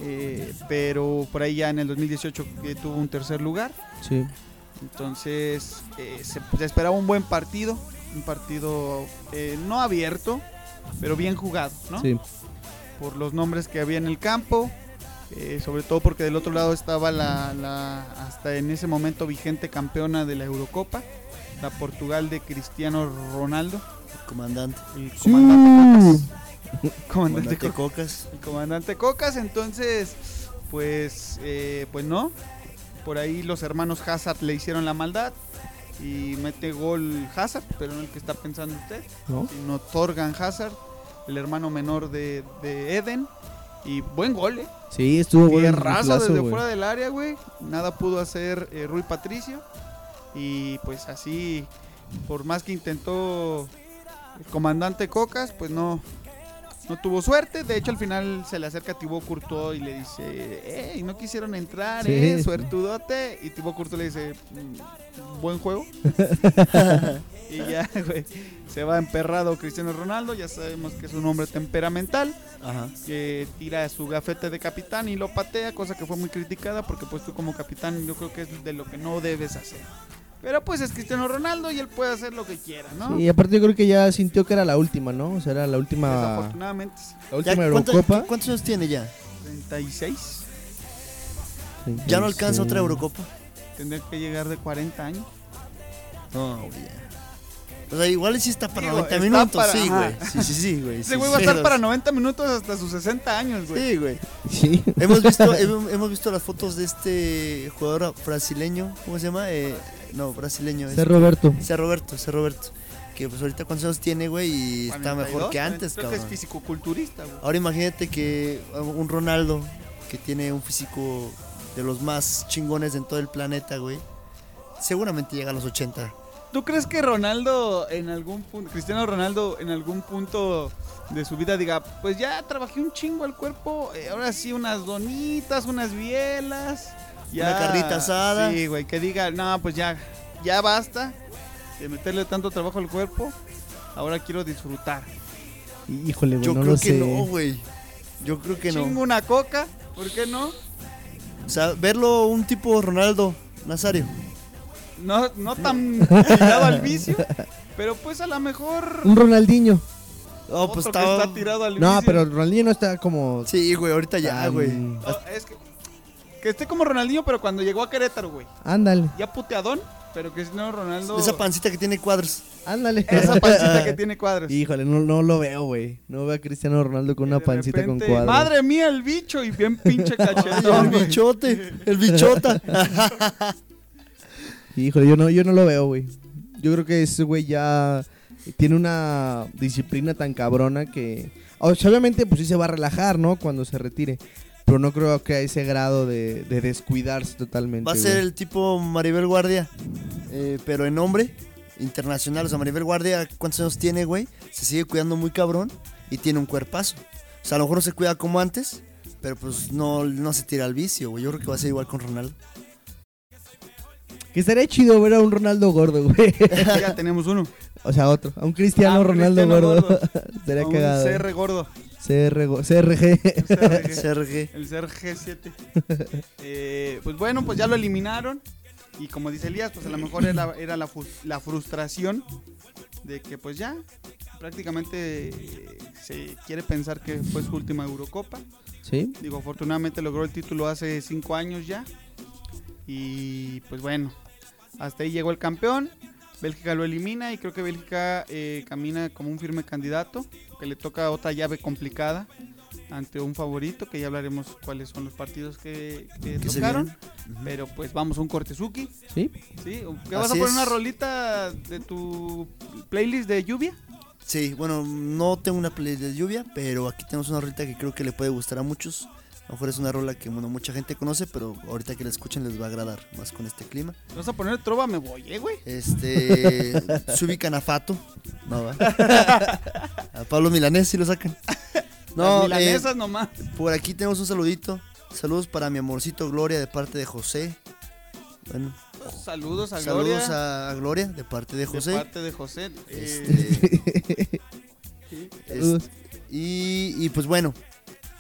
Speaker 2: eh, pero por ahí ya en el 2018 que eh, tuvo un tercer lugar
Speaker 4: Sí.
Speaker 2: entonces, eh, se, se esperaba un buen partido, un partido eh, no abierto, pero bien jugado, ¿no?
Speaker 4: Sí.
Speaker 2: Por los nombres que había en el campo, eh, sobre todo porque del otro lado estaba la, la hasta en ese momento vigente campeona de la Eurocopa, la Portugal de Cristiano Ronaldo,
Speaker 3: Comandante.
Speaker 2: el comandante Cocas. Comandante
Speaker 3: Comandante
Speaker 2: Cocas.
Speaker 3: Cocas.
Speaker 2: El comandante Cocas, entonces, pues, eh, pues no. Por ahí los hermanos Hazard le hicieron la maldad y mete gol Hazard, pero no el que está pensando usted,
Speaker 4: ¿No?
Speaker 2: sino Torgan Hazard, el hermano menor de, de Eden. Y buen gol, ¿eh?
Speaker 4: Sí, estuvo bueno. el
Speaker 2: Tierrazo
Speaker 4: riflazo,
Speaker 2: desde
Speaker 4: güey.
Speaker 2: fuera del área, güey. Nada pudo hacer eh, Rui Patricio. Y pues así, por más que intentó el comandante Cocas, pues no, no tuvo suerte. De hecho, al final se le acerca Thibaut Courtois y le dice, ¡Ey, no quisieron entrar,
Speaker 4: Sí,
Speaker 2: eh,
Speaker 4: sí.
Speaker 2: suertudote! Y Thibaut Courtois le dice, "Mm, buen juego. y ya, güey, se va emperrado Cristiano Ronaldo. Ya sabemos que es un hombre temperamental
Speaker 3: Ajá.
Speaker 2: que tira su gafete de capitán y lo patea, cosa que fue muy criticada porque pues tú como capitán yo creo que es de lo que no debes hacer. Pero pues es Cristiano Ronaldo y él puede hacer lo que quiera, ¿no?
Speaker 4: Y aparte yo creo que ya sintió que era la última, ¿no? O sea, era la última,
Speaker 2: Desafortunadamente, sí.
Speaker 4: la
Speaker 3: Ya,
Speaker 4: última
Speaker 3: ¿cuánto-
Speaker 4: Eurocopa.
Speaker 3: ¿Cuántos años tiene ya?
Speaker 2: 36,
Speaker 3: Ya no
Speaker 4: Este,
Speaker 3: alcanza otra Eurocopa.
Speaker 2: tendría que llegar de 40 años.
Speaker 3: No, güey, ya. O sea, igual sí está para
Speaker 2: Digo,
Speaker 3: 90
Speaker 2: está
Speaker 3: minutos,
Speaker 2: para-
Speaker 3: sí, güey.
Speaker 2: ajá.
Speaker 3: Sí, sí, sí, güey.
Speaker 2: Ese
Speaker 3: sí,
Speaker 2: güey va a
Speaker 3: sí.
Speaker 2: estar para 90 minutos hasta sus 60 años, güey.
Speaker 3: Sí, güey.
Speaker 4: Sí.
Speaker 3: Hemos visto, hem- hemos visto las fotos de este jugador brasileño, ¿cómo se llama? Eh, no, brasileño. es-
Speaker 4: Ser Roberto.
Speaker 3: Sea Roberto, sea Roberto. Que pues ahorita cuántos años tiene, güey, y está
Speaker 2: 42,
Speaker 3: mejor que antes,
Speaker 2: creo
Speaker 3: cabrón.
Speaker 2: que es fisicoculturista, güey.
Speaker 3: Ahora imagínate que un Ronaldo, que tiene un físico de los más chingones en todo el planeta, güey, seguramente llega a los 80.
Speaker 2: ¿Tú crees que Ronaldo en algún punto, Cristiano Ronaldo en algún punto de su vida diga, pues ya trabajé un chingo al cuerpo, eh, ahora sí unas donitas, unas bielas, ya,
Speaker 3: Una carnita asada.
Speaker 2: Sí, güey, que diga, no, pues ya, ya basta de meterle tanto trabajo al cuerpo, ahora quiero disfrutar.
Speaker 4: Híjole, güey,
Speaker 3: Yo
Speaker 4: no
Speaker 3: creo
Speaker 4: lo
Speaker 3: que
Speaker 4: sé.
Speaker 3: no, güey. Yo creo que
Speaker 2: Chingo
Speaker 3: no.
Speaker 2: una coca, ¿por qué no?
Speaker 3: O sea, verlo un tipo Ronaldo Nazario.
Speaker 2: No, no tan tirado al vicio, pero pues a lo mejor...
Speaker 4: Un Ronaldinho.
Speaker 3: Oh, pues
Speaker 2: otro que
Speaker 3: estaba.
Speaker 2: está tirado al
Speaker 4: No,
Speaker 2: vicio.
Speaker 4: pero Ronaldinho no está como...
Speaker 3: Sí, güey, ahorita ya,
Speaker 4: tan-
Speaker 3: güey.
Speaker 2: Oh, es que, que esté como Ronaldinho, pero cuando llegó a Querétaro, güey.
Speaker 4: Ándale,
Speaker 2: ya puteadón, pero Cristiano Ronaldo.
Speaker 3: Esa pancita que tiene cuadros.
Speaker 4: ándale.
Speaker 2: esa pancita que tiene cuadros.
Speaker 4: Híjole, no, no lo veo, güey. No veo a Cristiano Ronaldo con una
Speaker 2: de
Speaker 4: pancita
Speaker 2: repente,
Speaker 4: con cuadros.
Speaker 2: Madre mía, el bicho y bien pinche
Speaker 3: El
Speaker 2: cachetón. güey.
Speaker 3: bichote, el bichota.
Speaker 4: Híjole, yo no, yo no lo veo, güey. Yo creo que ese güey ya tiene una disciplina tan cabrona que... O sea, obviamente, pues sí se va a relajar, ¿no? Cuando se retire. Pero no creo que a ese grado de, de descuidarse totalmente.
Speaker 3: Va a ser el tipo Maribel Guardia, eh, pero en hombre internacional. O sea, Maribel Guardia, ¿cuántos años tiene, güey? Se sigue cuidando muy cabrón y tiene un cuerpazo. O sea, a lo mejor no se cuida como antes, pero pues no, no se tira al vicio, güey. Yo creo que va a ser igual con Ronaldo.
Speaker 4: güey. Que estaría chido ver a un Ronaldo gordo, güey.
Speaker 2: ya tenemos uno.
Speaker 4: o sea, otro. A un Cristiano
Speaker 2: Ah, un
Speaker 4: Ronaldo
Speaker 2: Cristiano
Speaker 4: gordo.
Speaker 2: gordo.
Speaker 4: Estaría
Speaker 2: A un
Speaker 4: cagado.
Speaker 2: CR gordo.
Speaker 4: CRG. CRG.
Speaker 2: un CRG,
Speaker 3: Sergio.
Speaker 2: El CRG7. Eh, pues bueno, pues ya lo eliminaron. Y como dice Elías, pues a lo mejor era, era la, fu- la frustración de que pues ya prácticamente eh, se quiere pensar que fue su última Eurocopa.
Speaker 4: ¿Sí?
Speaker 2: Digo, afortunadamente logró el título hace cinco años ya. Y pues bueno, hasta ahí llegó el campeón. Bélgica lo elimina y creo que Bélgica eh, camina como un firme candidato, que le toca otra llave complicada ante un favorito, que ya hablaremos cuáles son los partidos que, que
Speaker 3: Que se
Speaker 2: tocaron.
Speaker 3: vienen. Ujú.
Speaker 2: Pero pues vamos a un cortezuki,
Speaker 4: ¿Sí?
Speaker 2: ¿sí? ¿Qué vas a
Speaker 3: Así
Speaker 2: poner
Speaker 3: es.
Speaker 2: una rolita de tu playlist de lluvia?
Speaker 3: Sí, bueno, no tengo una playlist de lluvia, pero aquí tenemos una rolita que creo que le puede gustar a muchos. A lo mejor es una rola que bueno, mucha gente conoce, pero ahorita que la escuchen les va a agradar más con este clima.
Speaker 2: ¿Vas a poner trova? Me voy, eh, güey.
Speaker 3: Este. Subi Canafato. No, va. A Pablo Milanés, si lo sacan.
Speaker 2: No,
Speaker 3: No,
Speaker 2: Las milanesas nomás.
Speaker 3: eh, por aquí tenemos un saludito. Saludos para mi amorcito Gloria de parte de José. Bueno,
Speaker 2: Saludos a Gloria.
Speaker 3: saludos a, a Gloria de parte de José.
Speaker 2: De parte de José. Eh,
Speaker 3: Este,
Speaker 2: sí.
Speaker 3: es- y, y pues bueno,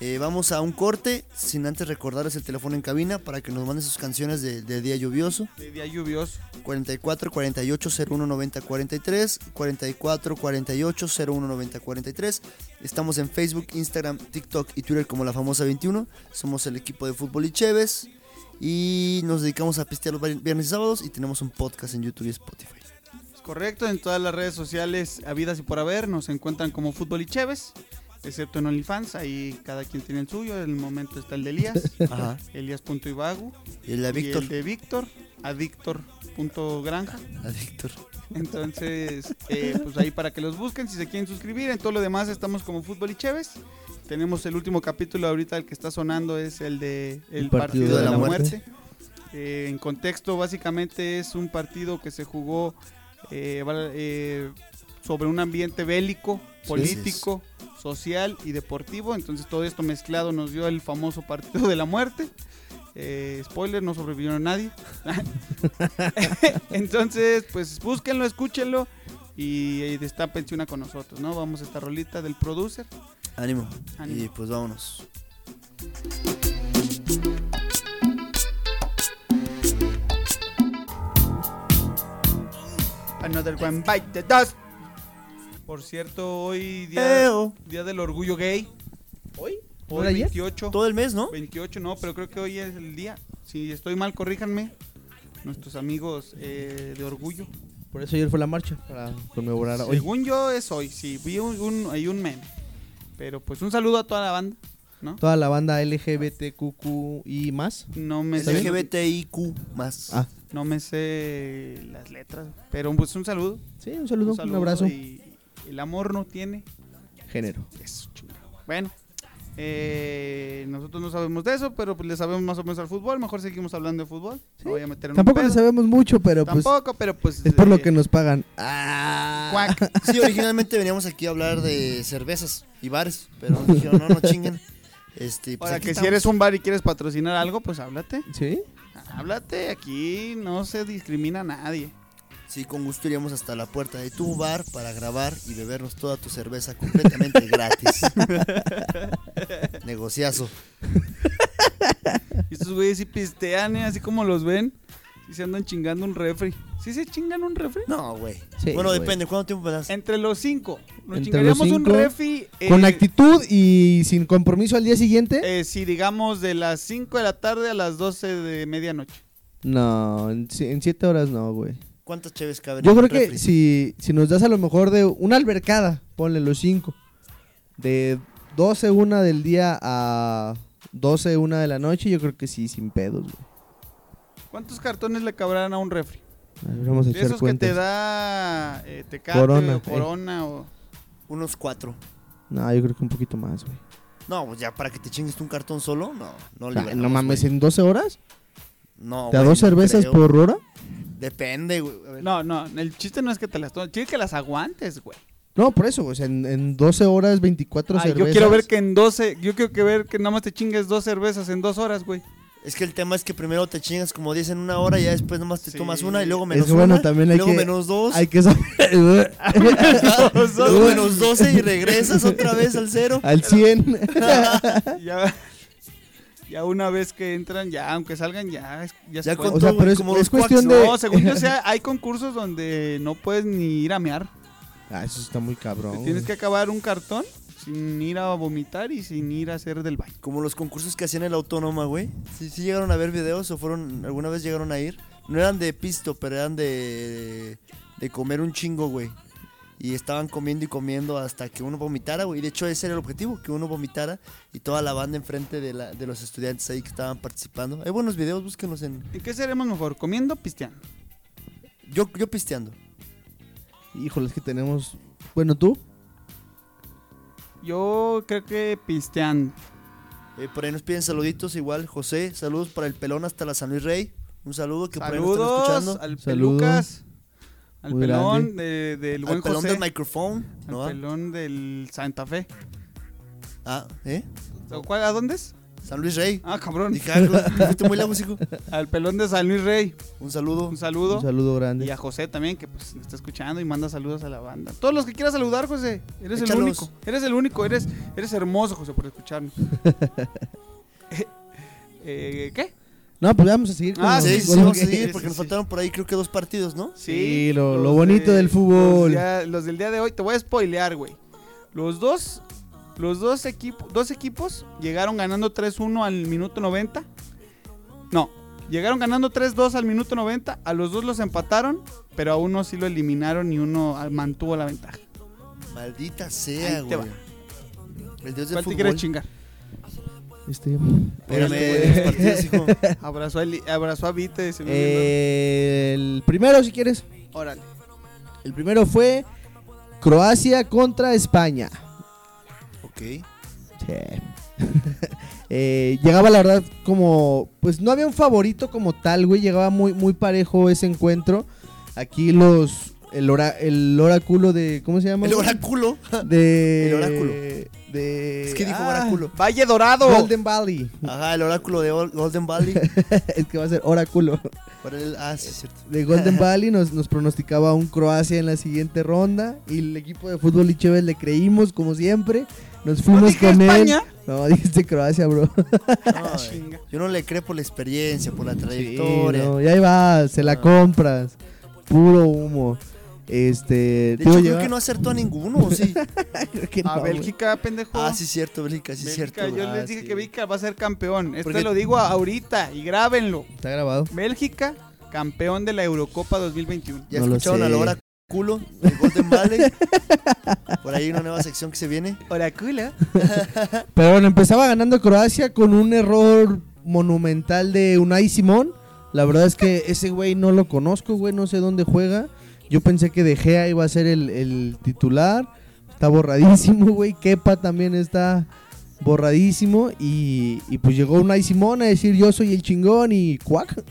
Speaker 3: eh, vamos a un corte. Sin antes recordarles el teléfono en cabina para que nos manden sus canciones de, de Día Lluvioso.
Speaker 2: de día lluvioso.
Speaker 3: 44 48 01 90 43 44 48 01 90 43 Estamos en Facebook, Instagram, TikTok y Twitter como La Famosa 21 Somos el equipo de fútbol y Chévez Y nos dedicamos a pistear los vi- viernes y sábados Y tenemos un podcast en YouTube y Spotify
Speaker 2: Es correcto, en todas las redes sociales habidas y por haber nos encuentran como Fútbol y Chévez, excepto en OnlyFans, ahí cada quien tiene el suyo, en el momento está el de Elías,
Speaker 3: Ajá.
Speaker 2: Elías.ibagu,
Speaker 3: Y el de
Speaker 2: y
Speaker 3: Víctor
Speaker 2: el de Víctor, a Víctor.granja.
Speaker 3: A Víctor
Speaker 2: Entonces, eh, pues ahí para que los busquen, si se quieren suscribir, en todo lo demás estamos como Fútbol y Chévez. Tenemos el último capítulo ahorita, el que está sonando es el de El Partido, de, la, Muerte. Eh, en contexto, básicamente es un partido que se jugó eh, val- eh, sobre un ambiente bélico, político, social y deportivo. Entonces todo esto mezclado nos dio el famoso Partido de la Muerte. Eh, spoiler, no sobrevivió nadie. Entonces, pues búsquenlo, escúchenlo y, y destápense una con nosotros, ¿no? Vamos a esta rolita del producer.
Speaker 3: Ánimo
Speaker 2: Ánimo.
Speaker 3: Y pues vámonos
Speaker 2: Another one bite the dust. Por cierto, hoy día,
Speaker 3: Eo.
Speaker 2: día del orgullo gay.
Speaker 4: ¿Hoy? ¿No
Speaker 2: Hoy
Speaker 4: era ayer?
Speaker 2: 28.
Speaker 3: Todo el mes, ¿no?
Speaker 2: 28, no, pero creo que hoy es el día. Si estoy mal, corríjanme. Nuestros amigos eh, de orgullo.
Speaker 4: Por eso ayer fue la marcha, para conmemorar hoy.
Speaker 2: Según yo es hoy, sí, vi un, un- hay un meme. Pero pues un saludo a toda la banda, ¿no?
Speaker 4: Toda la banda LGBTQQ y más.
Speaker 2: No me sé,
Speaker 3: LGBTIQ más.
Speaker 4: Ah,
Speaker 2: no me sé las letras, pero pues un saludo.
Speaker 4: sí, un saludo, un,
Speaker 2: saludo
Speaker 4: abrazo.
Speaker 2: Y el amor no tiene
Speaker 4: Género.
Speaker 2: Eso, chingado. Bueno, eh, nosotros no sabemos de eso, pero pues le sabemos más o menos al fútbol. Mejor seguimos hablando de fútbol.
Speaker 4: Sí.
Speaker 2: Me voy a meter en un
Speaker 4: Tampoco
Speaker 2: pedo.
Speaker 4: le sabemos mucho, pero pues
Speaker 2: Tampoco, pero pues.
Speaker 4: es por
Speaker 2: eh,
Speaker 4: lo que nos pagan.
Speaker 2: cuac.
Speaker 3: Sí, originalmente veníamos aquí a hablar de cervezas y bares, pero nos dijeron, no, no chinguen. Este, pues
Speaker 2: Ahora
Speaker 3: aquí
Speaker 2: que si
Speaker 3: estamos.
Speaker 2: eres un bar y quieres patrocinar algo, pues háblate.
Speaker 4: ¿Sí?
Speaker 2: Háblate, aquí no se discrimina a nadie.
Speaker 3: Sí, con gusto iríamos hasta la puerta de tu bar para grabar y bebernos toda tu cerveza completamente gratis. Negociazo.
Speaker 2: Y estos güeyes sí pistean, ¿eh? así como los ven. Y se andan chingando un refri. ¿Sí se chingan un refri?
Speaker 3: No, güey.
Speaker 4: Sí,
Speaker 3: bueno,
Speaker 4: güey.
Speaker 3: depende, ¿cuánto tiempo me das?
Speaker 2: Entre los cinco. Nos
Speaker 4: Entre los
Speaker 2: chingaríamos un
Speaker 4: cinco,
Speaker 2: refri. eh,
Speaker 4: Con actitud y sin compromiso al día siguiente.
Speaker 2: eh, sí, digamos de las 5 de la tarde a las 12 de medianoche.
Speaker 4: No, en, si- en siete horas no, güey.
Speaker 3: ¿Cuántas cheves caben
Speaker 4: Yo
Speaker 3: en
Speaker 4: creo
Speaker 3: un
Speaker 4: que
Speaker 3: refri?
Speaker 4: si, si nos das a lo mejor de una albercada, ponle los cinco. De 12, una del día a 12, una de la noche, yo creo que sí, sin pedos, güey.
Speaker 2: ¿Cuántos cartones le cabrán a un refri?
Speaker 4: A ver, Vamos
Speaker 2: De
Speaker 4: a echar
Speaker 2: esos
Speaker 4: cuentas.
Speaker 2: que te da eh, Tecate
Speaker 4: Corona,
Speaker 2: o
Speaker 4: eh.
Speaker 2: Corona o...
Speaker 3: Unos cuatro.
Speaker 4: No, yo creo que un poquito más, güey.
Speaker 3: No, pues ya para que te chingues tú un cartón solo, no, no
Speaker 4: O sea,
Speaker 3: liberamos,
Speaker 4: no mames,
Speaker 3: güey.
Speaker 4: ¿en 12 horas?
Speaker 3: No,
Speaker 4: ¿Te da
Speaker 3: güey,
Speaker 4: dos
Speaker 3: no
Speaker 4: cervezas
Speaker 3: creo.
Speaker 4: por hora?
Speaker 3: Depende, güey. A ver,
Speaker 2: No, no, el chiste no es que te las tomes, chiste que las aguantes, güey.
Speaker 4: No, por eso, güey. o sea, en, en 12 horas, 24
Speaker 2: Ay,
Speaker 4: cervezas.
Speaker 2: yo quiero ver que en 12, yo quiero que ver que nada más te chingues dos cervezas en dos horas, güey.
Speaker 3: Es que el tema es que primero te chingas como 10 en una hora, ya después nomás te
Speaker 2: Sí.
Speaker 3: tomas una y luego
Speaker 4: Es
Speaker 3: menos
Speaker 4: que bueno,
Speaker 3: una,
Speaker 4: también hay
Speaker 3: luego
Speaker 4: que-
Speaker 3: menos dos, Ah,
Speaker 4: Hay que saber.
Speaker 3: luego menos 12 y regresas otra vez al cero.
Speaker 4: Al 100.
Speaker 2: ya, ya una vez que entran, ya, aunque salgan, ya, es- ya, se
Speaker 3: Ya
Speaker 2: puede.
Speaker 3: con
Speaker 4: O sea,
Speaker 3: todo,
Speaker 4: pero
Speaker 3: güey,
Speaker 4: es-
Speaker 3: como
Speaker 4: es
Speaker 3: los
Speaker 4: cuestión
Speaker 3: cuacs,
Speaker 4: de-
Speaker 2: No, según yo, o sea, hay concursos donde no puedes ni ir a mear.
Speaker 4: Ah, eso está muy
Speaker 2: Te
Speaker 3: Oh.
Speaker 4: cabrón.
Speaker 2: tienes que acabar un cartón sin ir a vomitar y sin ir a hacer del baño.
Speaker 3: ¿no? Como los concursos que hacían en la Autónoma, güey. Sí, sí llegaron a ver videos o fueron, alguna vez llegaron a ir. No eran de pisto, pero eran de, de comer un chingo, güey. Y estaban comiendo y comiendo hasta que uno vomitara, güey. Y de hecho ese era el objetivo, que uno vomitara. Y toda la banda enfrente de, la, de los estudiantes ahí que estaban participando. Hay buenos videos, búsquenlos en...
Speaker 2: ¿En qué seremos mejor? ¿Comiendo o pisteando?
Speaker 3: Yo, yo pisteando.
Speaker 4: Híjole, es que tenemos. Bueno, tú.
Speaker 2: Yo creo que pisteando.
Speaker 3: Eh, por ahí nos piden saluditos igual. José, saludos para el pelón hasta la San Luis Rey. Un saludo que por ahí nos están
Speaker 2: Saludos
Speaker 3: escuchando.
Speaker 2: al
Speaker 4: Saludos.
Speaker 2: Pelucas, al
Speaker 4: Muy
Speaker 2: pelón de- del
Speaker 3: Al
Speaker 2: buen
Speaker 3: pelón
Speaker 2: José,
Speaker 3: del micrófono. ¿no?
Speaker 2: al pelón del Santa Fe.
Speaker 3: Ah, ¿eh?
Speaker 2: ¿O cuál- ¿A dónde es?
Speaker 3: San Luis Rey.
Speaker 2: Ah, cabrón.
Speaker 3: Dije, ah, te fuiste muy lejos, hijo.
Speaker 2: Al pelón de San Luis Rey.
Speaker 3: Un saludo.
Speaker 2: Un saludo.
Speaker 4: Un saludo
Speaker 2: Y
Speaker 4: grande.
Speaker 2: a José también, que pues nos está escuchando y manda saludos a la banda. Todos los que quieras saludar, José. Eres el
Speaker 3: Échalos.
Speaker 2: único. Eres el único. Eres, eres hermoso, José, por escucharnos. Eh, eh, ¿Qué?
Speaker 4: No, pues vamos a seguir con
Speaker 2: Ah,
Speaker 4: los-
Speaker 3: Sí,
Speaker 4: con
Speaker 3: sí,
Speaker 4: los
Speaker 3: sí, vamos a
Speaker 4: que-
Speaker 3: seguir
Speaker 2: sí,
Speaker 3: porque
Speaker 2: sí,
Speaker 3: nos
Speaker 2: sí.
Speaker 3: faltaron por ahí creo que dos partidos, ¿no?
Speaker 4: Sí, lo- lo bonito del
Speaker 2: Los,
Speaker 4: fútbol.
Speaker 2: ya- los del día de hoy, te voy a spoilear, güey. Los dos, los dos, equipos dos equipos llegaron ganando 3-1 al minuto 90. No, llegaron ganando 3-2 al minuto 90. A los dos los empataron, pero a uno sí lo eliminaron y uno ah, mantuvo la ventaja.
Speaker 3: Maldita sea,
Speaker 2: Ahí te
Speaker 3: güey. El dios del
Speaker 2: ¿Cuál te quieres
Speaker 3: fútbol.
Speaker 2: chingar?
Speaker 4: Este,
Speaker 3: Espérame,
Speaker 2: Este,
Speaker 3: de los partidos, hijo.
Speaker 2: Abrazó a, Eli- abrazó a Vite. se me
Speaker 4: eh, el primero, si quieres.
Speaker 2: olvidó. Órale.
Speaker 4: El primero fue Croacia contra España.
Speaker 3: Ok.
Speaker 4: Sí. Eh, llegaba la verdad como, pues no había un favorito como tal, güey, llegaba muy, muy parejo ese encuentro. Aquí los, el, ora- el oráculo de, ¿cómo se llama?
Speaker 3: El
Speaker 4: güey?
Speaker 3: oráculo.
Speaker 4: De,
Speaker 3: el oráculo.
Speaker 4: De,
Speaker 3: Es que dijo
Speaker 4: ah,
Speaker 3: oráculo.
Speaker 2: Valle Dorado.
Speaker 4: Golden Valley,
Speaker 3: Ajá, el oráculo de Ol- Golden Valley.
Speaker 4: es que va a ser oráculo.
Speaker 3: Por el- ah, sí, es cierto.
Speaker 4: De Golden Valley nos, nos pronosticaba un Croacia en la siguiente ronda y el equipo de fútbol y Chévez le creímos como siempre. Nos fuimos
Speaker 2: dije
Speaker 4: con
Speaker 2: España?
Speaker 4: él. No, dijiste Croacia, bro.
Speaker 3: No,
Speaker 2: Ah,
Speaker 3: eh.
Speaker 2: chinga.
Speaker 3: Yo no le creo por la experiencia, por la
Speaker 4: Sí,
Speaker 3: trayectoria.
Speaker 4: no, y ahí va, se la
Speaker 3: Ah.
Speaker 4: compras. Puro humo. Este.
Speaker 3: De
Speaker 4: te iba
Speaker 3: hecho,
Speaker 4: a
Speaker 3: creo
Speaker 4: llevar-
Speaker 3: que no acertó a ninguno, ¿o sí?
Speaker 4: creo que
Speaker 2: A
Speaker 4: no, güey.
Speaker 2: Bélgica, pendejo.
Speaker 3: ah, sí, cierto, Bélgica, sí,
Speaker 2: Bélgica,
Speaker 3: cierto.
Speaker 2: yo
Speaker 3: Ah,
Speaker 2: les dije
Speaker 3: sí.
Speaker 2: que Bélgica va a ser campeón. Esto
Speaker 3: Porque-
Speaker 2: lo digo ahorita y grábenlo.
Speaker 4: Está grabado.
Speaker 2: Bélgica campeón de la Eurocopa 2021.
Speaker 3: ¿Ya
Speaker 4: No lo
Speaker 3: escucharon a la
Speaker 4: sé.
Speaker 3: hora culo de Golden Valley? Por ahí una nueva sección que se viene.
Speaker 2: Hola, culo.
Speaker 4: Pero bueno, empezaba ganando Croacia con un error monumental de Unai Simón. La verdad es que ese güey no lo conozco, güey, no sé dónde juega. Yo pensé que De Gea iba a ser el, el titular. Está borradísimo, güey. Kepa también está borradísimo. Y, y pues llegó Unai Simón a decir yo soy el chingón y cuac.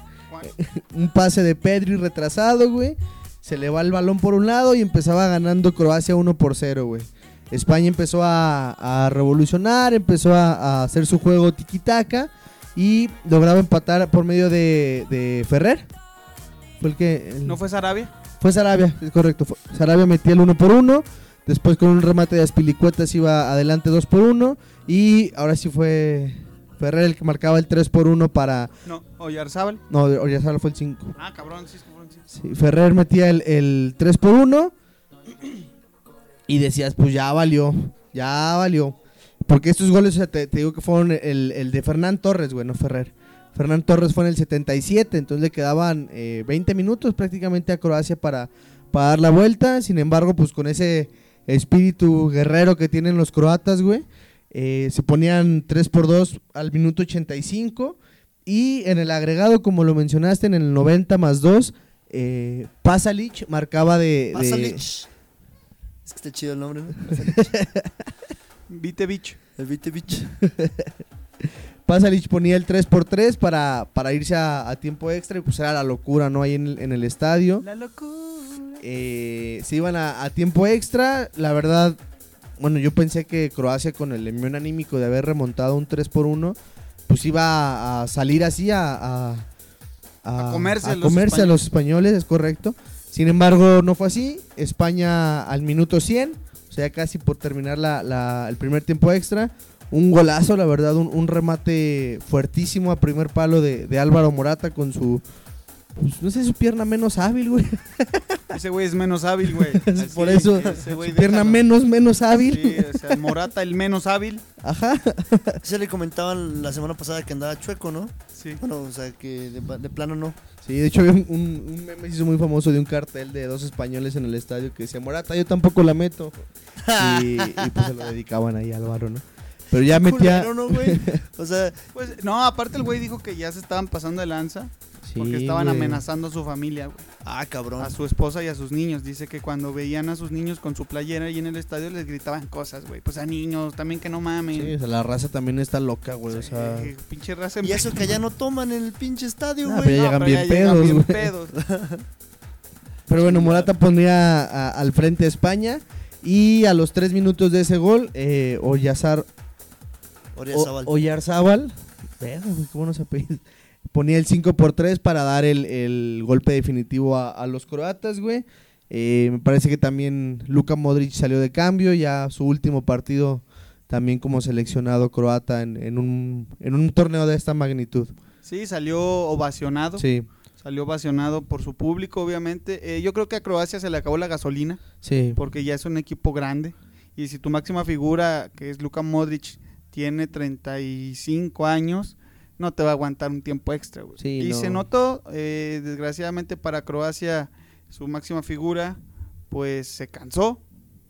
Speaker 4: un pase de Pedri retrasado, güey. Se le va el balón por un lado y empezaba ganando Croacia 1 por 0, güey. España empezó a, a revolucionar, empezó a, a hacer su juego tiquitaca y lograba empatar por medio de, de Ferrer. Fue el que. el-
Speaker 2: ¿No fue Sarabia?
Speaker 4: fue Sarabia, es correcto. fue- Sarabia metía el 1 por 1. Después con un remate de Aspilicuetas iba adelante 2 por 1. Y ahora sí fue Ferrer el que marcaba el 3 por 1 para.
Speaker 2: No, Oyarzábal.
Speaker 4: No, Oyarzabal fue el 5.
Speaker 2: Ah, cabrón, sí, cabrón, sí.
Speaker 4: Sí, Ferrer metía el, el 3 por 1 y decías, pues ya valió, ya valió. Porque estos goles, o sea, te, te digo que fueron el, el de Fernán Torres, güey, no Ferrer. Fernán Torres fue en el 77, entonces le quedaban eh, 20 minutos prácticamente a Croacia para, para dar la vuelta. Sin embargo, pues con ese espíritu guerrero que tienen los croatas, güey, eh, se ponían 3 por 2 al minuto 85. Y en el agregado, como lo mencionaste, en el 90 más 2, eh, Pasalic marcaba de... de-
Speaker 3: Pasalic. Es que está chido el nombre, ¿no?
Speaker 2: Vite Beach.
Speaker 3: El Vitevich.
Speaker 4: Pasalic ponía el 3x3 para, para irse a, a tiempo extra y pues era la locura, ¿no? Ahí en el, en el estadio.
Speaker 2: La locura.
Speaker 4: Eh, se iban a, a tiempo extra, la verdad, bueno, yo pensé que Croacia con el envión anímico de haber remontado un 3x1, pues iba a, a salir así a... a
Speaker 2: A comerse a los
Speaker 4: comerse a los españoles, es correcto. Sin embargo, no fue así. España al minuto 100, o sea, casi por terminar la- la- el primer tiempo extra. Un golazo, la verdad, un, un remate fuertísimo a primer palo de, de Álvaro Morata con su, pues, no sé, su pierna menos hábil, güey.
Speaker 2: Ese güey es menos hábil, güey. Así,
Speaker 4: Por eso,
Speaker 2: ese güey
Speaker 4: su pierna
Speaker 2: déjalo.
Speaker 4: menos, menos hábil.
Speaker 2: Sí, o sea, Morata el menos hábil.
Speaker 4: Ajá.
Speaker 3: Se le comentaban la semana pasada que andaba chueco, ¿no?
Speaker 2: Sí.
Speaker 3: Bueno, o sea, que de, de plano no.
Speaker 4: Sí, de hecho había un, un- un meme que se hizo muy famoso de un cartel de dos españoles en el estadio que decía, Morata, yo tampoco la meto. Y, y, pues se lo dedicaban ahí al Álvaro, ¿no? Pero ya metía...
Speaker 3: Culero, ¿no, güey? O sea,
Speaker 2: Pues, no, aparte el güey dijo que ya se estaban pasando de lanza porque
Speaker 4: Sí,
Speaker 2: estaban
Speaker 4: güey.
Speaker 2: amenazando a su familia, güey.
Speaker 3: ah, cabrón.
Speaker 2: A su esposa y a sus niños. Dice que cuando veían a sus niños con su playera y en el estadio les gritaban cosas, güey. Pues a niños, también que no mamen.
Speaker 4: Sí, o sea, la raza también está loca, güey. O sea,
Speaker 2: Eh, pinche raza
Speaker 3: Y eso que allá no toman en el pinche estadio,
Speaker 4: Ah,
Speaker 3: güey.
Speaker 4: pero ya llegan bien pedos, güey.
Speaker 2: pedos.
Speaker 4: Pero bueno, Morata ponía a- al frente a España y a los tres minutos de ese gol, eh, Oyarzar,
Speaker 3: Oriazabal.
Speaker 4: O- Oyarzábal, verga, güey, qué buenos apellidos, ponía el 5 por 3 para dar el, el golpe definitivo a, a los croatas, güey. Eh, me parece que también Luka Modric salió de cambio, ya su último partido también como seleccionado croata en, en un, en un torneo de esta magnitud.
Speaker 2: Sí, salió ovacionado.
Speaker 4: Sí,
Speaker 2: Salió ovacionado por su público, obviamente. Eh, yo creo que a Croacia se le acabó la gasolina
Speaker 4: sí.
Speaker 2: porque ya es un equipo grande. Y si tu máxima figura, que es Luka Modric, tiene 35 años, no te va a aguantar un tiempo extra. güey.
Speaker 4: Sí,
Speaker 2: y
Speaker 4: no.
Speaker 2: se notó, eh, desgraciadamente para Croacia, su máxima figura, pues se cansó.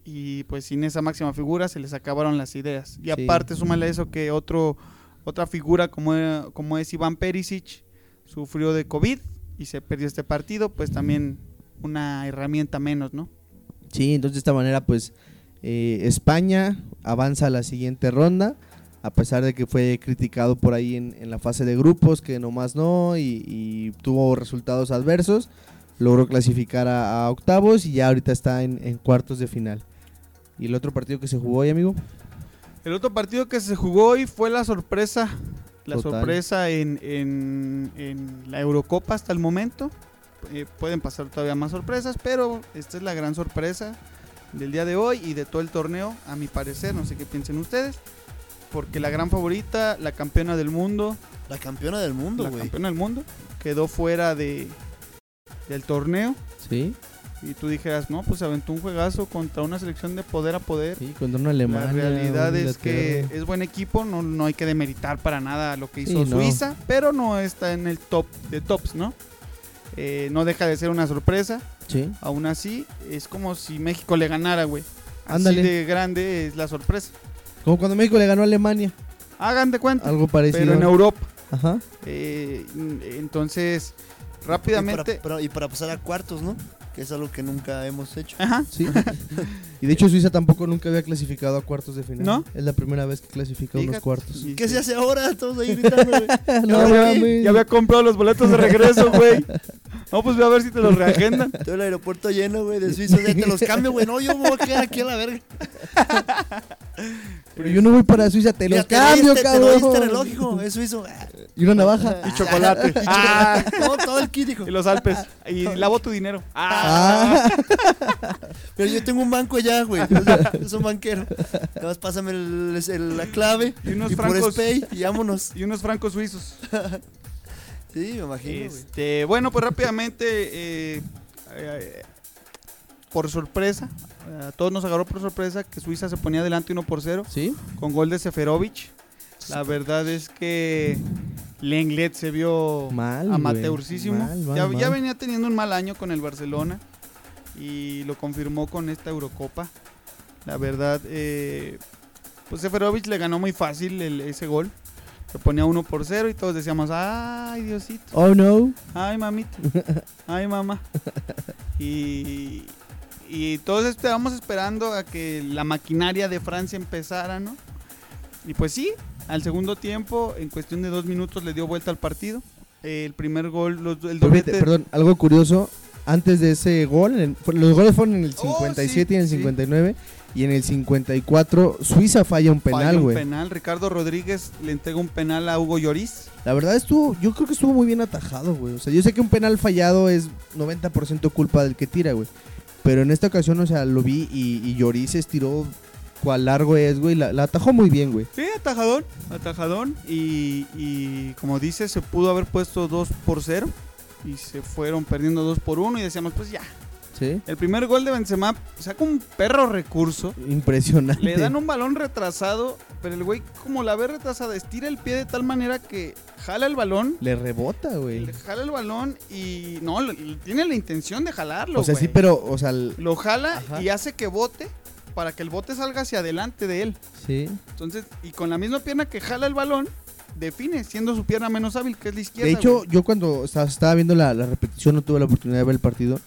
Speaker 2: Y pues sin esa máxima figura se les acabaron las ideas. Y
Speaker 4: Sí.
Speaker 2: aparte, súmale eso que otro, otra figura como, era- como es Iván Perisic sufrió de COVID y se perdió este partido, pues también una herramienta menos, ¿no?
Speaker 4: Sí, entonces de esta manera, pues eh, España avanza a la siguiente ronda, a pesar de que fue criticado por ahí en, en la fase de grupos, que nomás no, y, y tuvo resultados adversos, logró clasificar a, a octavos y ya ahorita está en, en cuartos de final. ¿Y el otro partido que se jugó hoy, amigo?
Speaker 2: El otro partido que se jugó hoy fue la sorpresa. La
Speaker 4: Total.
Speaker 2: sorpresa en, en- en la Eurocopa hasta el momento. Eh, pueden pasar todavía más sorpresas, pero esta es la gran sorpresa del día de hoy y de todo el torneo, a mi parecer. No sé qué piensen ustedes. Porque la gran favorita, la campeona del mundo,
Speaker 3: La campeona del mundo,
Speaker 2: la
Speaker 3: güey.
Speaker 2: campeona del mundo, quedó fuera de, del torneo.
Speaker 4: Sí,
Speaker 2: Y tú dijeras, no, pues se aventó un juegazo contra una selección de poder a poder.
Speaker 4: sí, contra una Alemania.
Speaker 2: La realidad es que es buen equipo, no, no hay que demeritar para nada lo que
Speaker 4: Sí,
Speaker 2: hizo
Speaker 4: no.
Speaker 2: Suiza, pero no está en el top de tops, ¿no? eh, no deja de ser una sorpresa.
Speaker 4: Sí.
Speaker 2: Aún así, es como si México le ganara, güey. Así
Speaker 4: Ándale.
Speaker 2: de grande es la sorpresa.
Speaker 4: Como cuando México le ganó a Alemania.
Speaker 2: Hagan de cuenta,
Speaker 4: Algo parecido.
Speaker 2: pero en Europa.
Speaker 4: Ajá.
Speaker 2: Eh, n- entonces,
Speaker 3: Y para,
Speaker 2: rápidamente...
Speaker 3: pero- y para pasar a cuartos, ¿no? Que es algo que nunca hemos hecho.
Speaker 4: Ah,
Speaker 2: Ajá.
Speaker 4: Sí. y de hecho Suiza tampoco nunca había clasificado a cuartos de final.
Speaker 2: ¿No?
Speaker 4: Es la primera vez que clasifica a unos
Speaker 2: Fíjate.
Speaker 4: cuartos.
Speaker 2: Y-
Speaker 3: ¿Qué se hace ahora? Todos ahí gritando, güey.
Speaker 2: Ya, había, ya había comprado los boletos de regreso, güey. No, pues voy a ver si te los reagendan.
Speaker 3: Todo el aeropuerto lleno, güey, de Suiza. O sea, te los cambio, güey. No, yo me voy a quedar aquí a la verga.
Speaker 4: Pero yo no voy para Suiza, te los
Speaker 3: Mira,
Speaker 4: cambio,
Speaker 3: te doy este,
Speaker 4: cabrón.
Speaker 3: Te doy este reloj, hijo. Es suizo. Ah,
Speaker 4: Y una navaja.
Speaker 2: Y chocolate. Ah,
Speaker 3: Ah, todo, todo el kit, hijo.
Speaker 2: y los Alpes. Y lavo tu dinero. Ah.
Speaker 4: Ah,
Speaker 3: Pero yo tengo un banco allá, güey. O sea, es un banquero. Nada más pásame el- el- la clave.
Speaker 2: Y unos
Speaker 3: y por
Speaker 2: francos.
Speaker 3: Spay y vámonos.
Speaker 2: Y unos francos suizos.
Speaker 3: Sí, me imagino, güey.
Speaker 2: Este, bueno, pues rápidamente, eh, eh, por sorpresa, eh, a todos nos agarró por sorpresa que Suiza se ponía adelante 1 por 0
Speaker 4: ¿Sí?
Speaker 2: con gol de Seferovic. La verdad es que Lenglet se vio
Speaker 4: Mal, güey.
Speaker 2: amateurcísimo.
Speaker 4: Mal, mal,
Speaker 2: ya, ya
Speaker 4: mal.
Speaker 2: venía teniendo un mal año con el Barcelona y lo confirmó con esta Eurocopa. La verdad, eh, pues Seferovic le ganó muy fácil el- ese gol. Se ponía 1 por 0 y todos decíamos, ay Diosito.
Speaker 4: Oh no.
Speaker 2: Ay, mamita. Ay, mamá. Y, y todos estábamos esperando a que la maquinaria de Francia empezara, ¿no? Y pues sí, al segundo tiempo, en cuestión de dos minutos, le dio vuelta al partido. Eh, El primer gol, los- el
Speaker 4: Pero fíjate,
Speaker 2: doblete.
Speaker 4: perdón, algo curioso. Antes de ese gol, en el- fue- los goles fueron en el
Speaker 2: Oh,
Speaker 4: 57 y en el
Speaker 2: sí, sí.
Speaker 4: 59. Y en el 54, Suiza falla un
Speaker 2: falla
Speaker 4: penal,
Speaker 2: un
Speaker 4: güey.
Speaker 2: penal. Ricardo Rodríguez le entrega un penal a Hugo Lloris.
Speaker 4: La verdad estuvo, yo creo que estuvo muy bien atajado, güey. O sea, yo sé que un penal fallado es 90% culpa del que tira, güey. Pero en esta ocasión, o sea, lo vi y, y Lloris se estiró cuál largo es, güey. La, la atajó muy bien, güey.
Speaker 2: Sí, atajadón, atajadón. Y, y como dice, se pudo haber puesto 2 por 0. Y se fueron perdiendo 2 por 1. Y decíamos, pues ya,
Speaker 4: Sí.
Speaker 2: El primer gol de Benzema saca un perro recurso.
Speaker 4: Impresionante.
Speaker 2: Le dan un balón retrasado, pero el güey, como la ve retrasada, estira el pie de tal manera que jala el balón.
Speaker 4: Le rebota, güey.
Speaker 2: le Jala el balón y no, le- le- tiene la intención de jalarlo.
Speaker 4: O sea, sí,
Speaker 2: güey.
Speaker 4: pero, o sea, el-
Speaker 2: Lo jala
Speaker 4: Ajá.
Speaker 2: y hace que bote para que el bote salga hacia adelante de él.
Speaker 4: sí.
Speaker 2: Entonces, y con la misma pierna que jala el balón, define, siendo su pierna menos hábil, que es la izquierda.
Speaker 4: De hecho,
Speaker 2: güey.
Speaker 4: yo cuando estaba, estaba viendo la, la repetición, no tuve la oportunidad de ver el partido.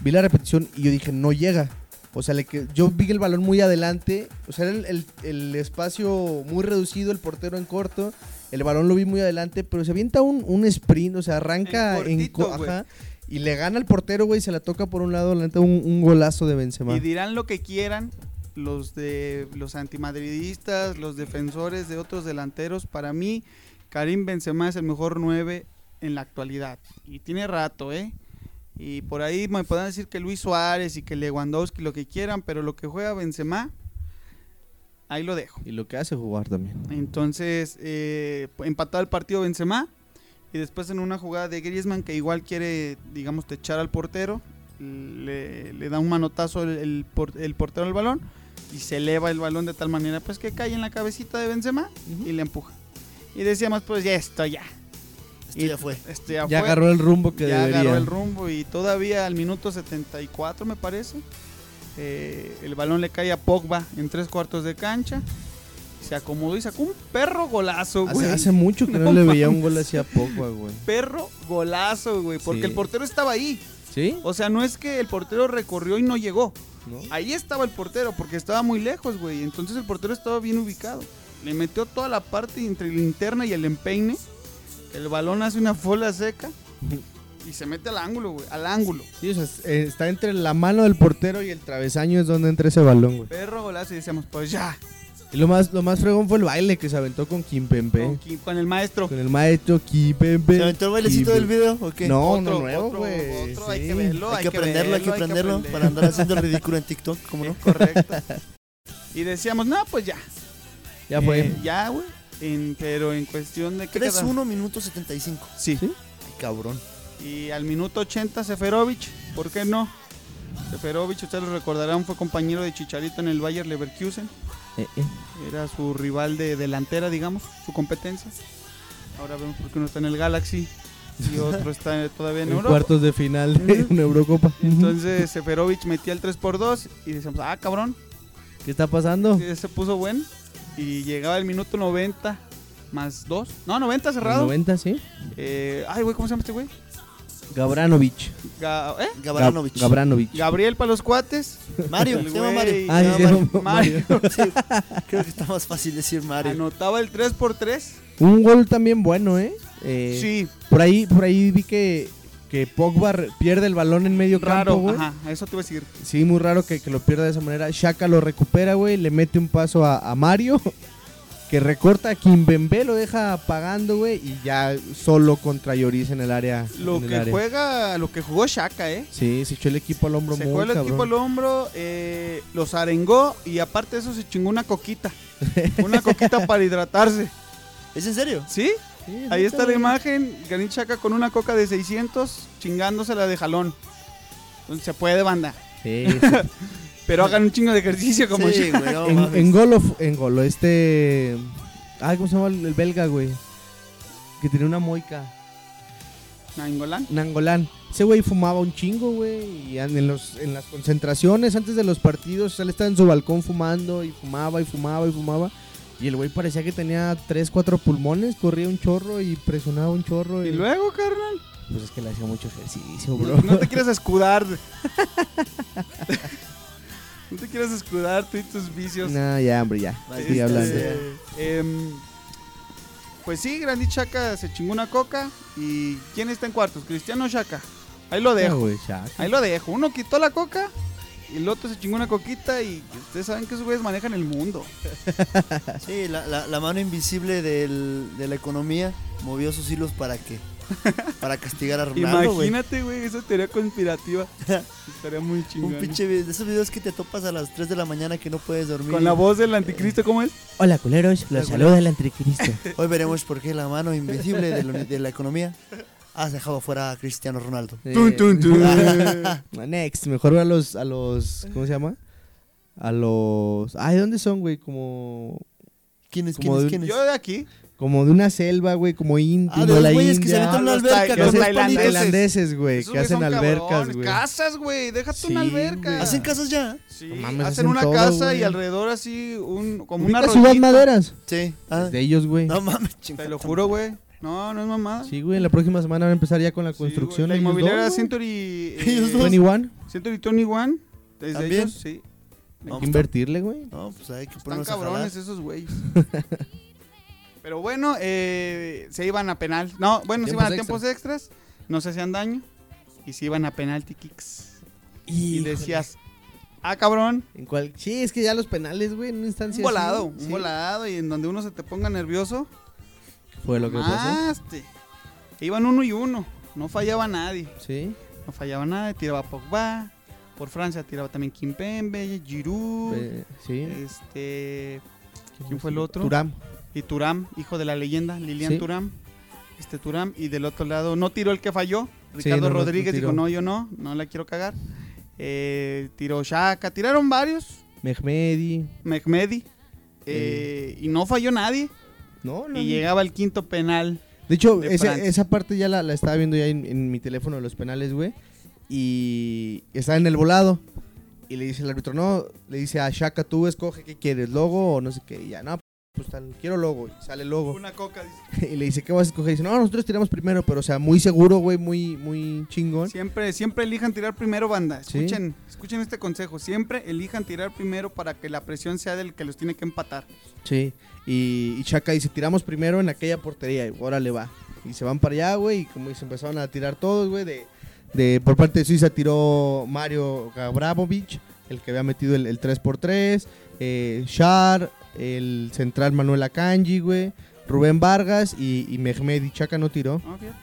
Speaker 4: Vi la repetición y yo dije, no llega. O sea, le que, yo vi el balón muy adelante. O sea, era el, el- el espacio muy reducido, el portero en corto. El balón lo vi muy adelante, pero se avienta un, un sprint, o sea, arranca
Speaker 2: En
Speaker 4: en, co-
Speaker 2: cortito, güey.
Speaker 4: ajá, y le gana al portero, güey, se la toca por un lado, la neta, un, un golazo de Benzema.
Speaker 2: Y dirán lo que quieran los de los antimadridistas, los defensores de otros delanteros. Para mí, Karim Benzema es el mejor 9 en la actualidad. Y tiene rato, ¿eh? Y por ahí me podrán decir que Luis Suárez y que Lewandowski, lo que quieran, pero lo que juega Benzema, ahí lo dejo.
Speaker 4: Y lo que hace jugar también.
Speaker 2: Entonces, eh, empatado el partido Benzema. Y después en una jugada de Griezmann que igual quiere, digamos, techar al portero. Le, le da un manotazo el, el por- el portero al balón. Y se eleva el balón de tal manera pues que cae en la cabecita de Benzema
Speaker 4: Ujú.
Speaker 2: y le empuja. Y decíamos, pues ya esto, ya.
Speaker 3: Esto
Speaker 2: Y-
Speaker 3: ya fue.
Speaker 2: Esto ya,
Speaker 4: Ya
Speaker 2: fue.
Speaker 4: agarró el rumbo que
Speaker 2: ya
Speaker 4: debería.
Speaker 2: agarró el rumbo y todavía al minuto 74 me parece. eh, el balón le cae a Pogba en tres cuartos de cancha. Se acomodó y sacó un perro golazo, güey.
Speaker 4: hace, hace mucho que no,
Speaker 2: No
Speaker 4: le veía un
Speaker 2: mames.
Speaker 4: gol así a Pogba, güey.
Speaker 2: Perro golazo, güey. Porque
Speaker 4: Sí.
Speaker 2: el portero estaba ahí.
Speaker 4: ¿Sí?
Speaker 2: O sea, no es que el portero recorrió y no llegó.
Speaker 4: ¿No?
Speaker 2: Ahí estaba el portero porque estaba muy lejos, güey. Entonces el portero estaba bien ubicado. Le metió toda la parte entre la interna y el empeine. El balón hace una fola seca. Y se mete al ángulo, güey. Al ángulo.
Speaker 4: Sí, o sea, es- eh, está entre la mano del portero y el travesaño es donde entra ese balón, güey.
Speaker 2: Perro golazo y decíamos, pues ya.
Speaker 4: Y lo más, lo más fregón fue el baile que se aventó con
Speaker 2: Con,
Speaker 4: Kimpembe.
Speaker 2: qui- con el maestro.
Speaker 4: Con el maestro Kimpembe.
Speaker 3: ¿Se aventó el bailecito del video o qué?
Speaker 4: No,
Speaker 2: Otro,
Speaker 4: no nuevo,
Speaker 2: otro,
Speaker 4: güey.
Speaker 2: otro, hay
Speaker 4: sí.
Speaker 2: que verlo.
Speaker 3: Hay que aprenderlo, hay que
Speaker 2: verlo,
Speaker 3: aprenderlo
Speaker 2: aprender.
Speaker 3: para andar haciendo el ridículo en TikTok, ¿cómo no?
Speaker 2: Es correcto. y decíamos, no, pues ya.
Speaker 4: Ya fue.
Speaker 2: Eh, ya, güey. En- pero en cuestión de... ¿qué queda?
Speaker 3: 3-1, minuto 75.
Speaker 2: Sí.
Speaker 3: Ay, cabrón.
Speaker 2: Y al minuto 80 Seferovic, ¿por qué no? Seferovic, ustedes lo recordarán, fue compañero de Chicharito en el Bayer Leverkusen.
Speaker 4: Eh, eh.
Speaker 2: Era su rival de delantera, digamos, su competencia. Ahora vemos por qué no está en el Galaxy. y otro está todavía en
Speaker 4: En
Speaker 2: Europa. ¿Eh?
Speaker 4: cuartos de final de una Eurocopa.
Speaker 2: Entonces Seferovic metía el 3x2 y decíamos, ah, cabrón,
Speaker 4: ¿Qué está pasando?
Speaker 2: sí, se puso bueno. Y llegaba el minuto 90 más 2. No, 90 cerrado.
Speaker 4: 90, sí.
Speaker 2: Eh, ay, güey, ¿cómo se llama este güey?
Speaker 4: Gabranovich.
Speaker 2: Ga- ¿eh?
Speaker 3: Gabranovich.
Speaker 4: Gabranovich.
Speaker 2: Gabriel para los cuates.
Speaker 3: Mario,
Speaker 2: El
Speaker 3: se llama
Speaker 2: güey.
Speaker 3: Mario.
Speaker 4: Ah, sí,
Speaker 3: Se
Speaker 4: se
Speaker 3: llama
Speaker 4: llama
Speaker 2: Mario.
Speaker 3: Mario. Sí, creo que está más fácil decir Mario.
Speaker 2: Anotaba el 3x3.
Speaker 4: Un gol también bueno, ¿eh? Eh,
Speaker 2: Sí,
Speaker 4: Por ahí, por ahí vi que, que Pogba re- pierde el balón en medio campo,
Speaker 2: raro.
Speaker 4: güey.
Speaker 2: Ajá, eso te iba a decir.
Speaker 4: Sí, muy raro que, que lo pierda de esa manera. Shaka lo recupera, güey, le mete un paso a, a Mario, que recorta a Kimbembe, lo deja pagando, güey, y ya solo contra Lloris en el área.
Speaker 2: Lo
Speaker 4: en el
Speaker 2: que
Speaker 4: área.
Speaker 2: juega, lo que jugó Shaka, ¿eh?
Speaker 4: Sí, se echó el equipo al hombro
Speaker 2: Se
Speaker 4: muy
Speaker 2: fue el
Speaker 4: cabrón.
Speaker 2: equipo al hombro, eh, los arengó y aparte de eso se chingó una coquita. Una coquita para hidratarse.
Speaker 3: ¿Es en serio?
Speaker 2: ¿Sí?
Speaker 4: Sí,
Speaker 2: Ahí
Speaker 4: neta,
Speaker 2: está la
Speaker 4: güey.
Speaker 2: imagen. Garín Chaca con una coca de 600 chingándosela de jalón. Entonces se puede, banda.
Speaker 4: Sí, sí.
Speaker 2: Pero hagan un chingo de ejercicio como
Speaker 3: sí,
Speaker 2: yo.
Speaker 3: güey, no
Speaker 4: en,
Speaker 3: mames.
Speaker 4: en golo, fu- en golo, este... Ah, ¿cómo se llama el, el belga, güey? Que tenía una moica.
Speaker 2: Nainggolan.
Speaker 4: Nangolán. Ese güey fumaba un chingo, güey. Y an- en, los, en las concentraciones, antes de los partidos, él estaba en su balcón fumando y fumaba y fumaba y fumaba. Y el güey parecía que tenía 3, 4 pulmones, corría un chorro y presionaba un chorro. Y,
Speaker 2: Y luego, carnal.
Speaker 4: Pues es que le hacía mucho ejercicio, bro.
Speaker 2: No te quieras escudar. No te quieras escudar tú y tus vicios.
Speaker 4: Nah, ya, hombre, ya. Estoy
Speaker 3: Este,
Speaker 4: hablando.
Speaker 2: em, pues sí, Grandi Chaca se chingó una coca. ¿Y quién está en cuartos? Cristiano Chaca. Ahí lo
Speaker 4: Ah,
Speaker 2: dejo.
Speaker 4: güey, Shaq.
Speaker 2: Ahí lo dejo. Uno quitó la coca y el otro se chingó una coquita y ustedes saben que esos güeyes manejan el mundo.
Speaker 3: Sí, la, la- la mano invisible del- de la economía movió sus hilos para que para castigar a Ronaldo, güey.
Speaker 2: Imagínate, güey, esa teoría conspirativa. Estaría muy chingón.
Speaker 3: Un pinche video, de esos videos que te topas a las 3 de la mañana que no puedes dormir.
Speaker 2: Con la voz del anticristo, ¿cómo es?
Speaker 5: Hola culeros,
Speaker 3: Hola,
Speaker 5: los saluda el anticristo.
Speaker 3: Hoy veremos por qué la mano invisible de la, de la economía has dejado fuera a Cristiano Ronaldo.
Speaker 4: Eh,
Speaker 2: Tun, tun, tun.
Speaker 4: Next, mejor ve a los, a los, ¿cómo se llama? A los, ay, ¿dónde son, güey? Como,
Speaker 3: ¿Quién es?
Speaker 4: Como
Speaker 3: ¿Quién
Speaker 4: de-
Speaker 3: es? ¿Quién es?
Speaker 2: Yo de aquí.
Speaker 4: como de una selva, güey, como indio,
Speaker 3: Ah, de los
Speaker 4: la
Speaker 3: güeyes que se
Speaker 4: India.
Speaker 3: aventan una
Speaker 2: Ah, los
Speaker 3: alberca
Speaker 2: tai-
Speaker 3: con
Speaker 2: los
Speaker 3: dos
Speaker 4: Los
Speaker 2: tailandeses.
Speaker 3: palitos.
Speaker 4: tailandeses, güey,
Speaker 2: Esos
Speaker 4: que
Speaker 2: güeyes
Speaker 4: hacen
Speaker 2: son
Speaker 4: albercas,
Speaker 2: cabrones.
Speaker 4: güey.
Speaker 2: Casas, güey. Déjate una
Speaker 4: Sí,
Speaker 2: alberca.
Speaker 4: güey.
Speaker 3: ¿Hacen casas ya?
Speaker 2: Sí,
Speaker 4: No mames,
Speaker 2: hacen
Speaker 4: hacen
Speaker 2: una
Speaker 4: todo,
Speaker 2: casa
Speaker 4: güey.
Speaker 2: y alrededor así un como una
Speaker 4: ¿Ubicas Ciudad
Speaker 2: arroyito.
Speaker 4: Maderas?
Speaker 3: Sí. Ah,
Speaker 4: Es de ellos, güey.
Speaker 3: no mames,
Speaker 2: Te
Speaker 3: chingada.
Speaker 2: lo juro, güey. No, no es mamada.
Speaker 4: Sí, güey, la próxima semana van a empezar ya con la
Speaker 2: Sí, güey.
Speaker 4: construcción.
Speaker 2: La
Speaker 4: ellos
Speaker 2: inmobiliaria
Speaker 4: dos, güey.
Speaker 2: Century. eh,
Speaker 3: Ellos dos.
Speaker 4: 21.
Speaker 2: Century 21. Desde
Speaker 3: ¿También?
Speaker 2: ellos, sí.
Speaker 4: Hay
Speaker 3: No,
Speaker 4: que
Speaker 3: pues,
Speaker 4: invertirle, güey.
Speaker 3: No, pues hay que
Speaker 2: Están
Speaker 3: ponernos a jalar.
Speaker 2: cabrones esos güeyes. Pero bueno, eh, se iban a penal. No, bueno, se
Speaker 4: Tiempos
Speaker 2: iban a tiempos extras. No se hacían daño. Y se iban a penalty kicks. Y
Speaker 4: Híjole.
Speaker 2: decías, ah, cabrón,
Speaker 4: ¿En cuál? Sí, es que ya los penales, güey, en una
Speaker 2: un
Speaker 4: instancia.
Speaker 2: volado,
Speaker 4: así,
Speaker 2: un
Speaker 4: sí.
Speaker 2: volado. Y en donde uno se te ponga nervioso,
Speaker 4: Fue lo que pasó.
Speaker 2: mamaste. Iban uno y uno. No fallaba nadie.
Speaker 4: Sí.
Speaker 2: No fallaba nadie. Tiraba Pogba. Por Francia tiraba también Kimpembe, Giroud.
Speaker 4: eh, sí.
Speaker 2: Este. ¿Quién fue el otro?
Speaker 4: Turam.
Speaker 2: Y Turam, hijo de la leyenda, Lilian
Speaker 4: Sí.
Speaker 2: Turam. Este Turam, y del otro lado, no tiró el que falló.
Speaker 4: Sí,
Speaker 2: Ricardo
Speaker 4: no, no, no
Speaker 2: Rodríguez dijo,
Speaker 4: tiró.
Speaker 2: no, yo no, no la quiero cagar. Eh, tiró Shaka, tiraron varios.
Speaker 4: Mehmedi.
Speaker 2: Mehmedi. eh, Y no falló nadie.
Speaker 4: No, no.
Speaker 2: Y
Speaker 4: no.
Speaker 2: llegaba el quinto penal.
Speaker 4: De hecho,
Speaker 2: de
Speaker 4: esa,
Speaker 2: Francia.
Speaker 4: esa parte ya la, la estaba viendo ya en, en mi teléfono de los penales, güey. Y estaba en el volado. Y le dice el árbitro, no, le dice a Shaka, tú escoge qué quieres, logo o no sé qué. Y ya, no, pues tal, quiero logo. Y sale logo.
Speaker 2: Una coca, dice.
Speaker 4: y le dice, ¿qué vas a escoger? Y dice, no, nosotros tiramos primero, pero o sea, muy seguro, güey, muy, muy chingón.
Speaker 2: Siempre, siempre elijan tirar primero, banda.
Speaker 4: Sí.
Speaker 2: Escuchen, escuchen este consejo. Siempre elijan tirar primero para que la presión sea del que los tiene que empatar.
Speaker 4: Sí. Y, y Shaka dice, tiramos primero en aquella portería. Y órale, va. Y se van para allá, güey. Y como se empezaron a tirar todos, güey. De, de- por parte de Suiza tiró Mario Gabramovich, el que había metido el, el 3x3. eh, Char, el central Manuel Akanji, güey. Rubén Vargas y, y Mehmed. Y Chaka no tiró.
Speaker 2: ¿no? Fíjate.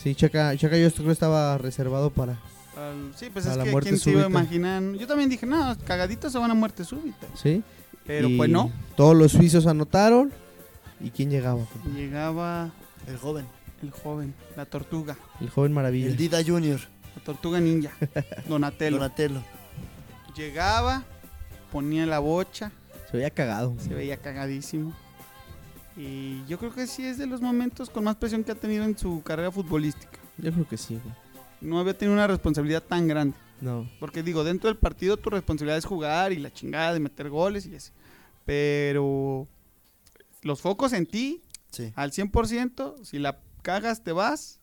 Speaker 4: Sí, Chaka, Chaka yo creo que estaba reservado para...
Speaker 2: Al- sí, pues
Speaker 4: A
Speaker 2: es
Speaker 4: la
Speaker 2: que
Speaker 4: muerte
Speaker 2: quién se iba a
Speaker 4: súbita.
Speaker 2: imaginar. Yo también dije, no, cagaditos se van a muerte súbita.
Speaker 4: ¿Sí?
Speaker 2: Pero
Speaker 4: Y
Speaker 2: pues no.
Speaker 4: Todos los suizos anotaron. ¿Y quién llegaba?
Speaker 2: Llegaba
Speaker 3: El joven.
Speaker 2: el joven, la tortuga,
Speaker 4: El joven maravilla.
Speaker 3: El Dida Junior.
Speaker 2: la tortuga ninja, Donatello.
Speaker 3: Donatello.
Speaker 2: Llegaba, ponía la bocha,
Speaker 4: Se había cagado.
Speaker 2: se veía cagadísimo. Y yo creo que sí es de los momentos con más presión que ha tenido en su carrera futbolística.
Speaker 4: Yo creo que sí, güey.
Speaker 2: No había tenido una responsabilidad tan grande.
Speaker 4: No.
Speaker 2: Porque digo, dentro del partido tu responsabilidad es jugar y la chingada de meter goles y así. Pero los focos en ti,
Speaker 3: Sí.
Speaker 2: al 100%, si la cagas te vas,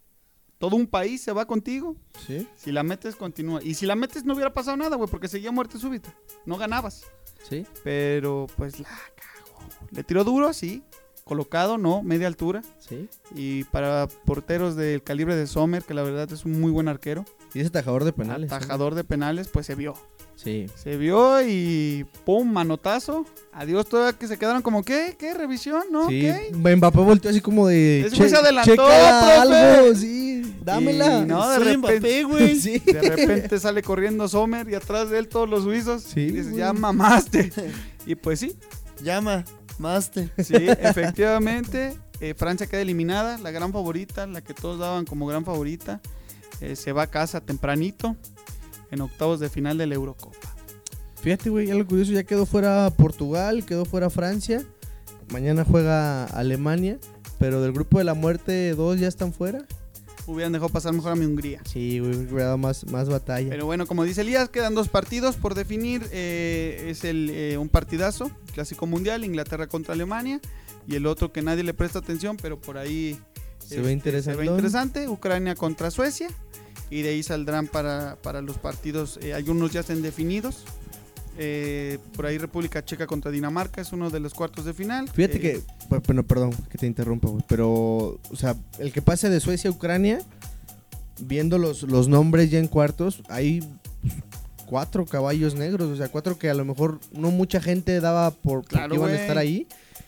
Speaker 2: todo un país se va contigo,
Speaker 4: ¿Sí?
Speaker 2: si la metes continúa. Y si la metes no hubiera pasado nada, güey, porque seguía muerte súbita, no ganabas.
Speaker 4: ¿Sí?
Speaker 2: Pero pues la cagó. Le tiró duro, sí. Colocado, no, media altura.
Speaker 4: ¿Sí?
Speaker 2: Y para porteros del calibre de Sommer, que la verdad es un muy buen arquero,
Speaker 4: Y ese tajador de penales.
Speaker 2: tajador de penales, pues se vio.
Speaker 4: ¿no? Sí.
Speaker 2: Se vio y pum, manotazo. Adiós, todavía que se quedaron como, ¿qué? ¿Qué? ¿Revisión? ¿No?
Speaker 4: Sí.
Speaker 2: ¿Qué?
Speaker 4: Mbappé volteó así como de.
Speaker 2: Ese güey se adelantó,
Speaker 4: chécala
Speaker 2: profe".
Speaker 4: algo, sí. Dámela.
Speaker 2: Y no, de
Speaker 3: Soy
Speaker 2: repente-
Speaker 3: Mbappé, güey.
Speaker 4: Sí.
Speaker 2: De repente sale corriendo Sommer y atrás de él todos los suizos.
Speaker 4: Sí,
Speaker 2: y dices,
Speaker 4: güey.
Speaker 2: ya mamaste. y pues sí,
Speaker 3: Llama, master.
Speaker 2: sí, efectivamente. eh, Francia queda eliminada, la gran favorita, la que todos daban como gran favorita. eh, se va a casa tempranito en octavos de final de la Eurocopa.
Speaker 4: Fíjate, güey, algo curioso, ya quedó fuera Portugal, quedó fuera Francia. Mañana juega Alemania, pero del grupo de la muerte dos ya están fuera.
Speaker 2: Hubieran dejado pasar mejor a mi Hungría.
Speaker 4: Sí, güey, hubiera dado más, más batalla.
Speaker 2: Pero bueno, como dice Elías, quedan dos partidos por definir. eh, es el, eh, un partidazo, clásico mundial, Inglaterra contra Alemania. Y el otro que nadie le presta atención, pero por ahí
Speaker 4: se ve
Speaker 2: este, se
Speaker 4: interesante.
Speaker 2: ve interesante, Ucrania contra Suecia. Y de ahí saldrán para, para los partidos. eh, algunos ya están definidos. Eh, por ahí República Checa contra Dinamarca es uno de los cuartos de final.
Speaker 4: Fíjate
Speaker 2: Eh,
Speaker 4: que, per- bueno, perdón que te interrumpa, güey, pero, o sea, el que pase de Suecia a Ucrania, viendo los, los nombres ya en cuartos, hay pues, cuatro caballos negros, o sea, cuatro que a lo mejor no mucha gente daba por porque
Speaker 2: Claro,
Speaker 4: iban a
Speaker 2: güey.
Speaker 4: estar ahí.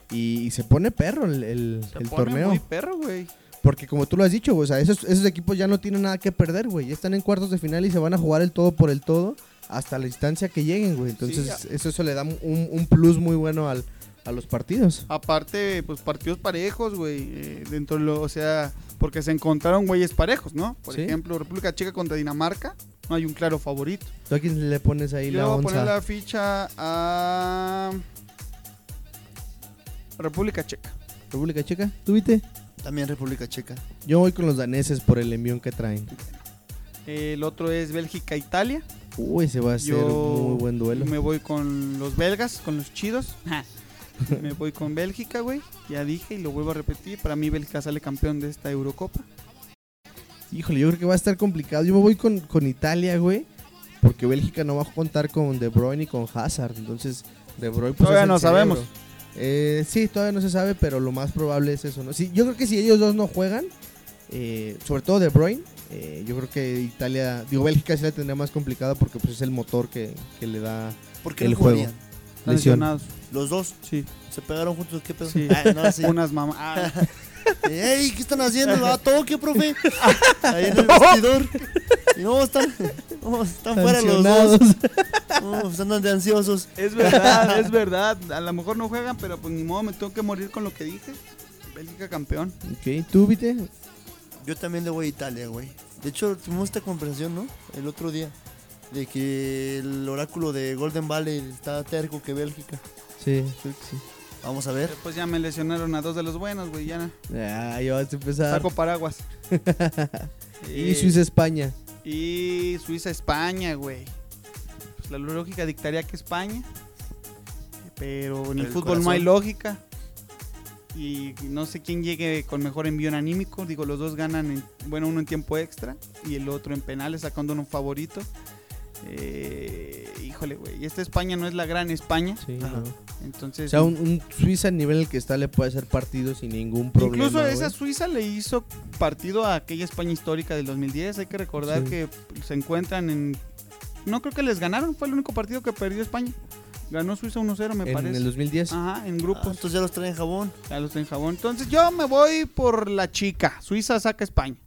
Speaker 4: Y, y se pone perro el, el-
Speaker 2: se
Speaker 4: el
Speaker 2: pone
Speaker 4: torneo.
Speaker 2: muy perro, güey.
Speaker 4: Porque como tú lo has dicho, güey, o sea, esos, esos equipos ya no tienen nada que perder, güey. Ya están en cuartos de final y se van a jugar el todo por el todo hasta la instancia que lleguen, güey. Entonces,
Speaker 2: Sí,
Speaker 4: eso, eso le da un, un plus muy bueno al- a los partidos.
Speaker 2: Aparte, pues partidos parejos, güey. eh, dentro de lo, o sea, porque se encontraron güeyes parejos, ¿no? Por
Speaker 4: Sí.
Speaker 2: ejemplo, República Checa contra Dinamarca. No hay un claro favorito.
Speaker 4: ¿Tú a quién le pones ahí
Speaker 2: Yo
Speaker 4: la
Speaker 2: voy a poner
Speaker 4: onza?
Speaker 2: la ficha a República Checa.
Speaker 4: República Checa, ¿tú viste?
Speaker 3: También República Checa.
Speaker 4: Yo voy con los daneses por el envión que traen.
Speaker 2: El otro es Bélgica-Italia.
Speaker 4: Uy, se va a hacer un muy buen duelo.
Speaker 2: Me voy con los belgas, con los chidos. me voy con Bélgica, güey. Ya dije y lo vuelvo a repetir. Para mí Bélgica sale campeón de esta Eurocopa.
Speaker 4: Híjole, yo creo que va a estar complicado. Yo me voy con, con Italia, güey. Porque Bélgica no va a contar con De Bruyne y con Hazard. Entonces, De Bruyne... Pues,
Speaker 2: Todavía
Speaker 4: es el
Speaker 2: no sabemos.
Speaker 4: cerebro. Eh, sí, todavía no se sabe, pero lo más probable es eso, ¿no? Sí, yo creo que si ellos dos no juegan, eh, sobre todo De Bruyne, eh, yo creo que Italia... Digo, Bélgica sí la tendría más complicada porque pues, es el motor que, que le da...
Speaker 3: ¿Por qué
Speaker 4: El
Speaker 3: no
Speaker 4: juego.
Speaker 3: jugarían?
Speaker 2: Están
Speaker 4: Lesión.
Speaker 2: lesionados.
Speaker 3: Los dos
Speaker 2: Sí.
Speaker 3: se pegaron juntos. ¿Qué pedo?
Speaker 2: Sí.
Speaker 3: Ah, no, sí.
Speaker 2: Unas mamás. Ah,
Speaker 3: ¡Ey! ¿Qué están haciendo? ¿A todo qué, profe? Ahí en el vestidor. Y no, están, no, están fuera los dos.
Speaker 4: sancionados.
Speaker 3: No, pues andan de ansiosos.
Speaker 2: es verdad, es verdad. A lo mejor no juegan, pero pues ni modo, me tengo que morir con lo que dije. Bélgica campeón.
Speaker 4: Ok, ¿tú, Vite?
Speaker 3: Yo también le voy a Italia, güey. De hecho, tuvimos esta conversación, ¿no? El otro día. De que el oráculo de Golden Valley está terco que Bélgica.
Speaker 4: Sí, creo que sí.
Speaker 3: Vamos a ver.
Speaker 2: Después pues, ya me lesionaron a dos de los buenos, güey. Ya
Speaker 4: Ah, ya vas a empezar.
Speaker 2: saco paraguas.
Speaker 4: Y
Speaker 2: Eh,
Speaker 4: Suiza-España.
Speaker 2: Y Suiza, España, güey. Pues la lógica dictaría que España. Pero en el,
Speaker 3: El
Speaker 2: fútbol no
Speaker 3: corazón.
Speaker 2: hay lógica. Y no sé quién llegue con mejor envío anímico. Digo, los dos ganan, en- bueno, uno en tiempo extra y el otro en penales, sacando un favorito. Eh, híjole, güey. y Esta España no es la gran España.
Speaker 4: Sí,
Speaker 3: Ajá.
Speaker 4: no.
Speaker 2: Entonces,
Speaker 4: O sea, un, un Suiza al nivel en el que está le puede hacer partido sin ningún problema.
Speaker 2: Incluso esa
Speaker 4: güey.
Speaker 2: Suiza le hizo partido a aquella España histórica del 2010. Hay que recordar
Speaker 4: Sí.
Speaker 2: que se encuentran en... No creo que les ganaron, fue el único partido que perdió España. Ganó Suiza 1-0, me
Speaker 4: en
Speaker 2: parece.
Speaker 4: el 2010.
Speaker 2: Ajá, en
Speaker 3: Ah,
Speaker 2: grupos.
Speaker 3: entonces ya los traen jabón.
Speaker 2: Ya los en jabón. Entonces yo me voy por la chica. Suiza saca España.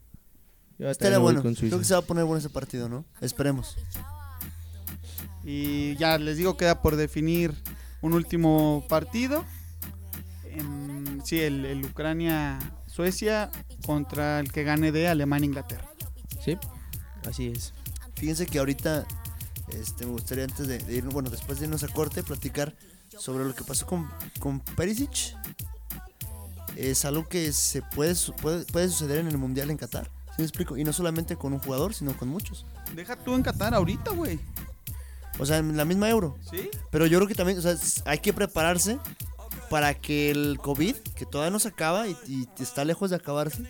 Speaker 4: Yo
Speaker 3: Estaría
Speaker 4: también voy
Speaker 3: bueno.
Speaker 4: con Suiza.
Speaker 3: Creo que se va a poner bueno ese partido, ¿no? Esperemos.
Speaker 2: Y ya les digo, queda por definir un último partido. Em, sí, el, el Ucrania-Suecia contra el que gane de Alemania-Inglaterra.
Speaker 4: Sí, así es.
Speaker 3: Fíjense que ahorita este, me gustaría antes de, de ir, bueno, después de irnos a corte, platicar sobre lo que pasó con, con Perisic es algo que se puede, su- puede, puede suceder en el Mundial en Qatar. ¿Sí me explico? Y no solamente con un jugador, sino con muchos.
Speaker 2: Deja tú en Qatar ahorita, güey.
Speaker 3: O sea, en la misma euro.
Speaker 2: ¿Sí?
Speaker 3: Pero yo creo que también, o sea, s- hay que prepararse para que el COVID, que todavía no se acaba y, y está lejos de acabarse,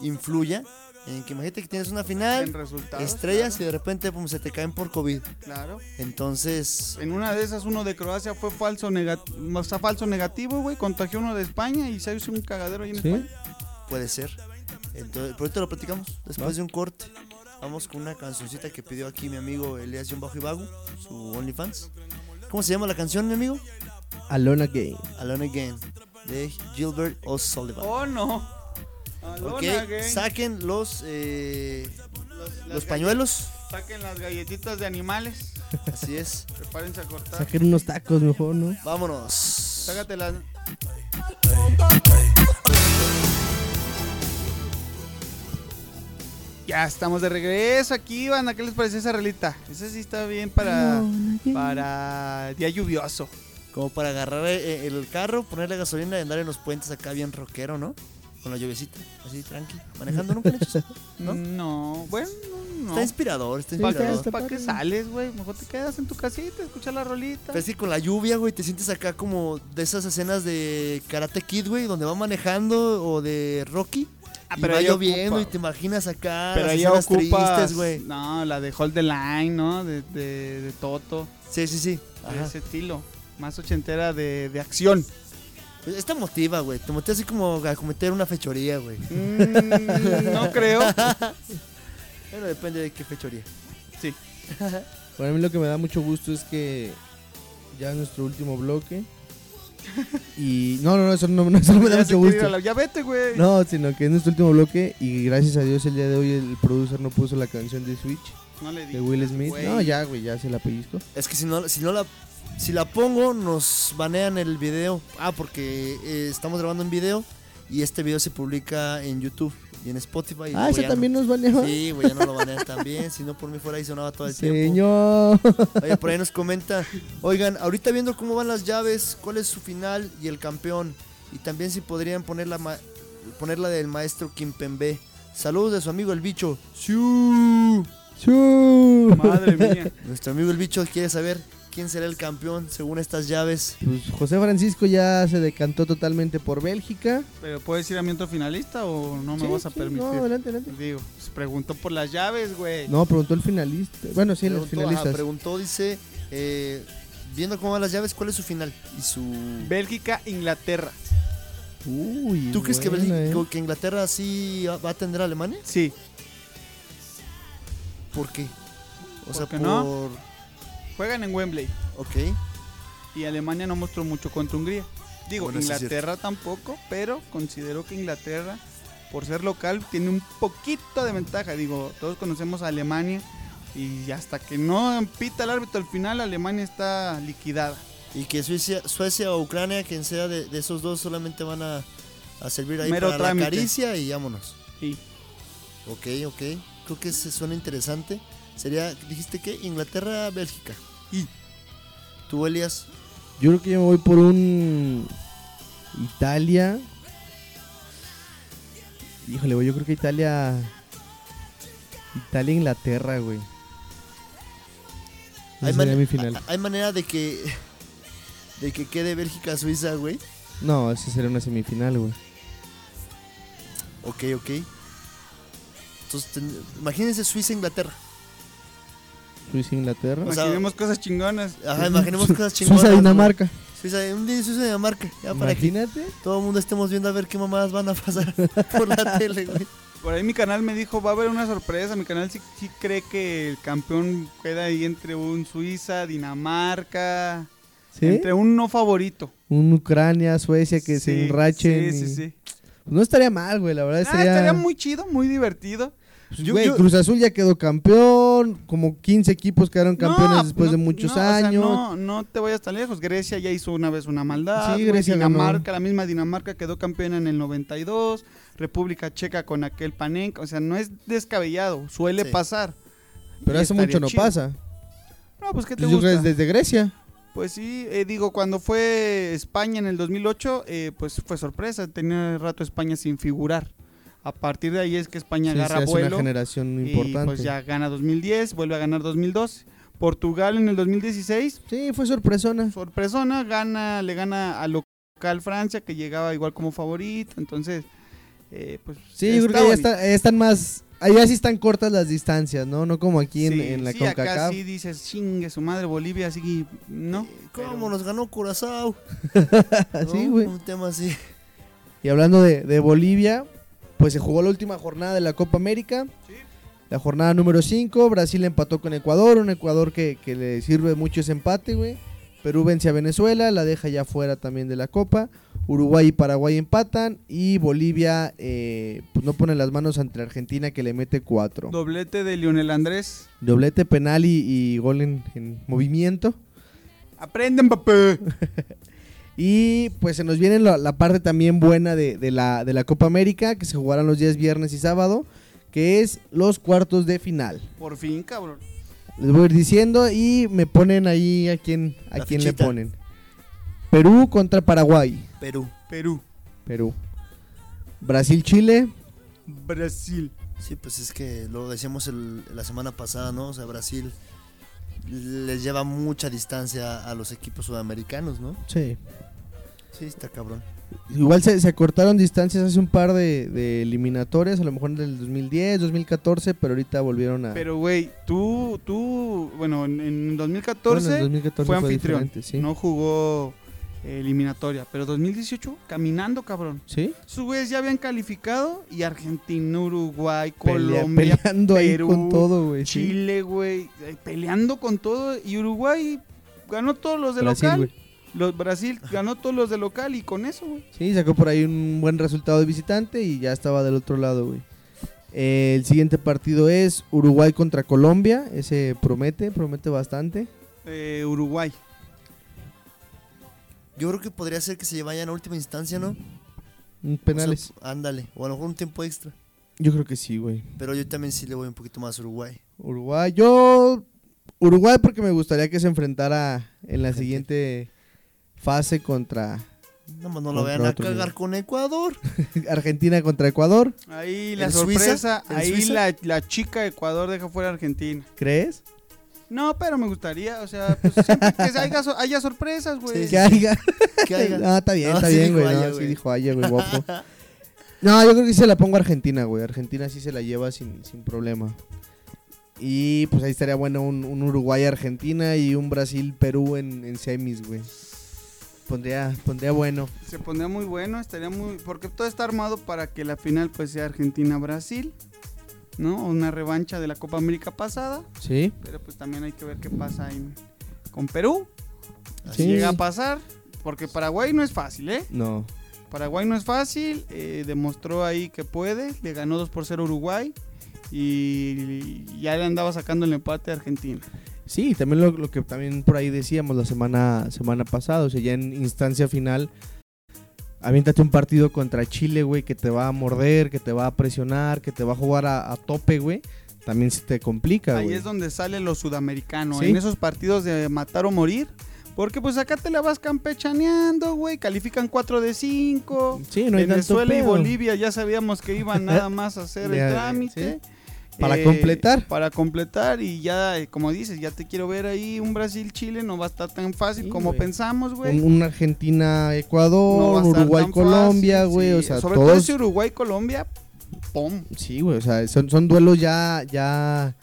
Speaker 3: influya en que imagínate que tienes una
Speaker 2: En
Speaker 3: final,
Speaker 2: resultados.
Speaker 3: estrellas y de repente pum, se te caen por COVID.
Speaker 2: Claro.
Speaker 3: Entonces,
Speaker 2: En una de esas, uno de Croacia fue falso negativo, o sea, falso negativo, güey. Contagió uno de España y se hizo un cagadero ahí en
Speaker 4: ¿Sí?
Speaker 2: España.
Speaker 3: puede ser. Entonces, por ahorita lo platicamos después
Speaker 4: Va.
Speaker 3: de un corte. Vamos con una cancioncita que pidió aquí mi amigo Elías John Bajo Ibagu, su OnlyFans. ¿Cómo se llama la canción, mi amigo?
Speaker 4: Alona Gay.
Speaker 3: Alone Again, de Gilbert O'Sullivan.
Speaker 2: Oh, no. Alona,
Speaker 3: Ok,
Speaker 2: güey.
Speaker 3: saquen los, eh,
Speaker 2: Los- las
Speaker 3: los
Speaker 2: galle-
Speaker 3: pañuelos.
Speaker 2: Saquen las galletitas de animales.
Speaker 3: Así es.
Speaker 2: Prepárense a cortar.
Speaker 4: Saquen unos tacos mejor, ¿no?
Speaker 3: Vámonos.
Speaker 2: Sácatelas. Ya estamos de regreso aquí, banda. ¿Qué les pareció esa relita? Esa sí está bien para, para día lluvioso.
Speaker 3: Como para agarrar eh, el carro, ponerle gasolina y andar en los puentes acá bien rockero, ¿no? Con la lluviecita, así tranqui. Manejando nunca lo he hecho.
Speaker 2: ¿No?
Speaker 3: ¿No?
Speaker 2: bueno, no.
Speaker 3: Está inspirador, está
Speaker 2: ¿Para
Speaker 3: inspirador.
Speaker 2: qué, pa' qué sales, güey? Mejor te quedas en tu casita, escuchar la rolita.
Speaker 3: Pero es que con la lluvia, güey, te sientes acá como de esas escenas de Karate Kid, güey, donde va manejando o de Rocky.
Speaker 2: Ah,
Speaker 3: y
Speaker 2: pero
Speaker 3: va
Speaker 2: ahí
Speaker 3: lloviendo
Speaker 2: ocupa.
Speaker 3: y te imaginas acá
Speaker 2: Pero
Speaker 3: las
Speaker 2: ahí
Speaker 3: escenas
Speaker 2: ocupas,
Speaker 3: tristes, güey.
Speaker 2: No, la de Hold the Line, ¿no? De, de, de Toto.
Speaker 3: Sí, sí, sí.
Speaker 2: de
Speaker 3: Ajá.
Speaker 2: ese estilo. Más ochentera de, de acción.
Speaker 3: Pues esta motiva, güey. Te motiva así como a cometer una fechoría, güey.
Speaker 2: Mm, no creo.
Speaker 3: Bueno, depende de qué fechoría.
Speaker 2: Sí.
Speaker 4: Para mí lo que me da mucho gusto es que ya es nuestro último bloque. Y no, no, no, eso no, no, eso no me da
Speaker 2: Ya se
Speaker 4: mucho
Speaker 2: quiere ir a
Speaker 4: gusto.
Speaker 2: la- Ya vete, güey.
Speaker 4: No, sino que es nuestro último bloque y gracias a Dios el día de hoy el producer no puso la canción de Switch
Speaker 2: No le
Speaker 4: de
Speaker 2: digo.
Speaker 4: Will Smith.
Speaker 2: Güey.
Speaker 4: No, ya, güey, ya se la pellizco.
Speaker 3: Es que si no, si no la. Si la pongo, nos banean el video. Ah, porque eh, estamos grabando en video y este video se publica en YouTube y en Spotify. y
Speaker 4: Ah,
Speaker 3: luego
Speaker 4: esa
Speaker 3: ya
Speaker 4: también
Speaker 3: no-
Speaker 4: nos valió.
Speaker 3: Sí, güey, ya no lo banean también. Si no, por mí fuera ahí sonaba todo el tiempo.
Speaker 4: Señor.
Speaker 3: Oye, por ahí nos comenta. Oigan, ahorita viendo cómo van las llaves, cuál es su final y el campeón. Y también si podrían poner la, ma- poner la del maestro Kimpembe. Saludos de su amigo el bicho. ¡Siu!
Speaker 4: Chu.
Speaker 2: Madre mía.
Speaker 3: Nuestro amigo el bicho quiere saber quién será el campeón según estas llaves.
Speaker 4: Pues José Francisco ya se decantó totalmente por Bélgica.
Speaker 2: Pero puedes ir a mi otro finalista o no me
Speaker 4: Sí,
Speaker 2: vas a
Speaker 4: sí,
Speaker 2: permitir.
Speaker 4: No, adelante, adelante.
Speaker 2: Digo, se preguntó por las llaves, güey.
Speaker 4: No, preguntó el finalista. Bueno, sí, los
Speaker 3: Preguntó, ajá,
Speaker 4: finalistas.
Speaker 3: preguntó, dice, eh, viendo cómo van las llaves, ¿cuál es su final? Y su...
Speaker 2: Bélgica, Inglaterra.
Speaker 4: Uy,
Speaker 3: ¿Tú crees que,
Speaker 4: buena,
Speaker 3: Bélgica-
Speaker 4: eh.
Speaker 3: que Inglaterra sí va a atender a Alemania?
Speaker 2: Sí.
Speaker 3: ¿Por qué? O sea,
Speaker 2: Porque
Speaker 3: por...
Speaker 2: no. Juegan en Wembley.
Speaker 3: Ok.
Speaker 2: Y Alemania no mostró mucho contra Hungría. Digo,
Speaker 3: Bueno, eso es
Speaker 2: Inglaterra tampoco, pero considero que Inglaterra, por ser local, tiene un poquito de ventaja. Digo, todos conocemos a Alemania y hasta que no pita el árbitro al final, Alemania está liquidada.
Speaker 3: Y que Suecia, Suecia o Ucrania, quien sea de, de esos dos, solamente van a, a servir ahí
Speaker 2: Mero
Speaker 3: para
Speaker 2: trámite.
Speaker 3: la caricia y vámonos.
Speaker 2: Y
Speaker 3: Ok, ok. Creo que se suena interesante. Sería, dijiste que Inglaterra, Bélgica. Y tú, Elias,
Speaker 4: Yo creo que yo me voy por un Italia. Híjole, güey, yo creo que Italia Italia Inglaterra, güey. Ese
Speaker 3: hay,
Speaker 4: sería
Speaker 3: mane-
Speaker 4: mi final.
Speaker 2: ah,
Speaker 3: hay- hay manera de que de que quede Bélgica, Suiza, güey.
Speaker 4: No, esa sería una semifinal, güey.
Speaker 3: Ok, ok. Entonces, ten- imagínense Suiza, Inglaterra.
Speaker 4: Suiza Inglaterra.
Speaker 3: sea,
Speaker 2: imaginemos cosas chingonas.
Speaker 3: Ajá, imaginemos cosas chingonas.
Speaker 4: Suiza
Speaker 3: güey.
Speaker 4: Dinamarca.
Speaker 3: Suiza, un día Suiza, Dinamarca. Ya para que
Speaker 4: Imagínate.
Speaker 3: todo el mundo estemos viendo a ver qué mamadas van a pasar por la tele, güey.
Speaker 2: Por ahí mi canal me dijo, va a haber una sorpresa. Mi canal sí, sí cree que el campeón queda ahí entre un Suiza, Dinamarca,
Speaker 4: ¿Sí?
Speaker 2: entre un no favorito.
Speaker 4: Un Ucrania, Suecia que se
Speaker 2: Sí,
Speaker 4: enrachen.
Speaker 2: Sí,
Speaker 4: y- pues
Speaker 2: sí, sí.
Speaker 4: No estaría mal, güey, la verdad
Speaker 2: Ah,
Speaker 4: sería
Speaker 2: estaría muy chido, muy divertido.
Speaker 4: Pues,
Speaker 3: Yo-
Speaker 4: güey,
Speaker 3: yo-
Speaker 4: Cruz Azul ya quedó campeón, como 15 equipos quedaron campeones
Speaker 2: No, pues,
Speaker 4: después de
Speaker 2: no,
Speaker 4: muchos
Speaker 2: no, o sea,
Speaker 4: años.
Speaker 2: no, no te vayas tan lejos. Grecia ya hizo una vez una maldad.
Speaker 4: Sí,
Speaker 2: güey.
Speaker 4: Grecia ganó.
Speaker 2: Dinamarca, la misma Dinamarca quedó campeona en el 92. República Checa con aquel Panenka. O sea, no es descabellado. Suele
Speaker 3: Sí.
Speaker 2: pasar.
Speaker 4: pero
Speaker 2: Y
Speaker 4: hace
Speaker 2: estaría
Speaker 4: mucho no
Speaker 2: chido.
Speaker 4: pasa.
Speaker 2: No, pues ¿qué te
Speaker 4: Pues yo creo que
Speaker 2: gusta?
Speaker 4: es desde Grecia.
Speaker 2: Pues sí, eh, digo, cuando fue España en el 2008, eh, pues fue sorpresa, tenía rato España sin figurar. A partir de ahí es que España
Speaker 4: Sí,
Speaker 2: agarra
Speaker 4: se hace una
Speaker 2: vuelo.
Speaker 4: generación
Speaker 2: Y
Speaker 4: importante.
Speaker 2: pues ya gana 2010, vuelve a ganar 2012. Portugal en el 2016,
Speaker 4: Sí, fue sorpresona.
Speaker 2: sorpresona, gana, le gana a local Francia, que llegaba igual como favorita. Entonces, eh, pues.
Speaker 4: Sí, yo creo que ya
Speaker 2: bonito.
Speaker 4: está- están más. Allá sí están cortas las distancias, ¿no? No como aquí en,
Speaker 2: Sí,
Speaker 4: en la
Speaker 2: sí, acá
Speaker 4: CONCACAF.
Speaker 2: sí dices, chingue su madre Bolivia, así que no.
Speaker 3: ¿Cómo
Speaker 2: Pero-
Speaker 3: nos ganó Curazao?
Speaker 4: Así,
Speaker 3: ¿No?
Speaker 4: güey.
Speaker 3: Un tema así.
Speaker 4: Y hablando de, de Bolivia, pues se jugó la última jornada de la Copa América. La jornada número 5, Brasil empató con Ecuador, un Ecuador que, que le sirve mucho ese empate, güey. Perú vence a Venezuela, la deja ya fuera también de la Copa. Uruguay y Paraguay empatan y Bolivia eh, pues no pone las manos ante la Argentina que le mete 4.
Speaker 2: Doblete de Lionel Andrés.
Speaker 4: Doblete penal y, y gol en, en movimiento.
Speaker 2: Aprenden, papá.
Speaker 4: Y pues se nos viene la, la parte también buena de, de la, de la Copa América, que se jugarán los días viernes y sábado, que es los cuartos de final.
Speaker 2: Por fin, cabrón.
Speaker 4: Les voy a ir diciendo y me ponen ahí a quién, a
Speaker 3: La
Speaker 4: quién le
Speaker 3: fichita.
Speaker 4: ponen. Perú contra Paraguay.
Speaker 3: Perú.
Speaker 2: Perú,
Speaker 4: Perú. Brasil-Chile.
Speaker 2: Brasil.
Speaker 3: Sí, pues es que lo decíamos el- la semana pasada, ¿no? O sea, Brasil les lleva mucha distancia a los equipos sudamericanos, ¿no?
Speaker 4: Sí.
Speaker 3: Sí, está cabrón.
Speaker 4: Igual se, se acortaron distancias hace un par de, de eliminatorias, a lo mejor en el 2010, 2014, pero ahorita volvieron a...
Speaker 2: Pero, güey, tú, tú, bueno, en, en
Speaker 4: Bueno,
Speaker 2: 2014
Speaker 4: en 2014
Speaker 2: fue anfitrión.
Speaker 4: diferente, sí.
Speaker 2: no jugó eh, eliminatoria, pero 2018 caminando, cabrón.
Speaker 4: ¿Sí?
Speaker 2: Sus güeyes ya habían calificado y Argentina, Uruguay,
Speaker 4: Pelea-
Speaker 2: Colombia,
Speaker 4: peleando
Speaker 2: Perú,
Speaker 4: ahí con todo, güey. sí.
Speaker 2: Chile, güey, eh, peleando con todo y Uruguay ganó todos los de
Speaker 4: Brasil,
Speaker 2: local.
Speaker 4: güey.
Speaker 2: Los Brasil ganó todos los de local y con eso, güey.
Speaker 4: Sí, sacó por ahí un buen resultado de visitante y ya estaba del otro lado, güey. Eh, el siguiente partido es Uruguay contra Colombia. Ese promete, promete bastante.
Speaker 2: Eh, Uruguay.
Speaker 3: Yo creo que podría ser que se vayan a última instancia, ¿no? O sea,
Speaker 4: Mm, Penales.
Speaker 3: ándale. O a lo mejor un tiempo extra.
Speaker 4: Yo creo que sí, güey.
Speaker 3: Pero yo también sí le voy un poquito más a Uruguay.
Speaker 4: Uruguay, yo. Uruguay porque me gustaría que se enfrentara en la
Speaker 3: Gente.
Speaker 4: siguiente fase contra
Speaker 3: Nada más no lo
Speaker 4: Contra
Speaker 3: vayan a
Speaker 4: otro
Speaker 3: cagar
Speaker 4: nivel.
Speaker 3: con Ecuador.
Speaker 4: Argentina contra Ecuador.
Speaker 2: Ahí la
Speaker 3: ¿En Suiza?
Speaker 2: sorpresa,
Speaker 3: ¿En
Speaker 2: ahí
Speaker 3: Suiza?
Speaker 2: la, la chica de Ecuador deja fuera a Argentina.
Speaker 4: ¿Crees?
Speaker 2: No, pero me gustaría, o sea, pues siempre que haya, so- haya sorpresas, güey.
Speaker 3: Sí,
Speaker 4: Que haya.
Speaker 3: Que hagan.
Speaker 4: Ah, está bien,
Speaker 3: No,
Speaker 4: está
Speaker 3: sí
Speaker 4: bien,
Speaker 3: dijo
Speaker 4: güey.
Speaker 3: Aya,
Speaker 4: no, sí
Speaker 3: güey.
Speaker 4: dijo Aya, güey, guapo. No, yo creo que sí se la pongo a Argentina, güey. Argentina sí se la lleva sin, sin problema. Y pues ahí estaría bueno un, un Uruguay-Argentina y un Brasil-Perú en, en semis, güey. Pondría, pondría bueno.
Speaker 2: Se pondría muy bueno, estaría muy... Porque todo está armado para que la final pues sea Argentina-Brasil, ¿no? Una revancha de la Copa América pasada,
Speaker 4: ¿Sí?
Speaker 2: pero pues también hay que ver qué pasa en- con Perú.
Speaker 3: Así
Speaker 2: Si
Speaker 4: Sí.
Speaker 2: llega a pasar, porque Paraguay no es fácil, ¿eh?
Speaker 4: No.
Speaker 2: Paraguay no es fácil, eh, demostró ahí que puede, le ganó 2 por 0 Uruguay y ya le andaba sacando el empate a Argentina.
Speaker 4: Sí, también lo, lo que también por ahí decíamos la semana, semana pasada, o sea, ya en instancia final, aviéntate un partido contra Chile, güey, que te va a morder, que te va a presionar, que te va a jugar a, a tope, güey, también se te complica,
Speaker 2: Ahí
Speaker 4: güey.
Speaker 2: es donde sale lo sudamericano,
Speaker 4: Sí.
Speaker 2: en esos partidos de matar o morir, porque pues acá te la vas campechaneando, güey, califican 4 de 5.
Speaker 4: Sí, no hay
Speaker 2: Venezuela
Speaker 4: tanto
Speaker 2: y
Speaker 4: pedo.
Speaker 2: Bolivia ya sabíamos que iban nada más a hacer
Speaker 4: Ya,
Speaker 2: el trámite. Eh,
Speaker 4: Para completar.
Speaker 2: Para completar y ya, eh, como dices, ya te quiero ver ahí un Brasil-Chile, no va a estar tan fácil
Speaker 4: Sí,
Speaker 2: como
Speaker 4: güey.
Speaker 2: pensamos, güey.
Speaker 4: Un, un Argentina,
Speaker 2: No va a
Speaker 4: Ecuador,
Speaker 2: estar
Speaker 4: Uruguay,
Speaker 2: tan
Speaker 4: Colombia,
Speaker 2: fácil,
Speaker 4: güey,
Speaker 2: sí.
Speaker 4: o sea,
Speaker 2: Sobre todo
Speaker 4: todos.
Speaker 2: ese Uruguay-Colombia, ¡pum!
Speaker 4: Sí, güey, o sea, son, son duelos ya, ya,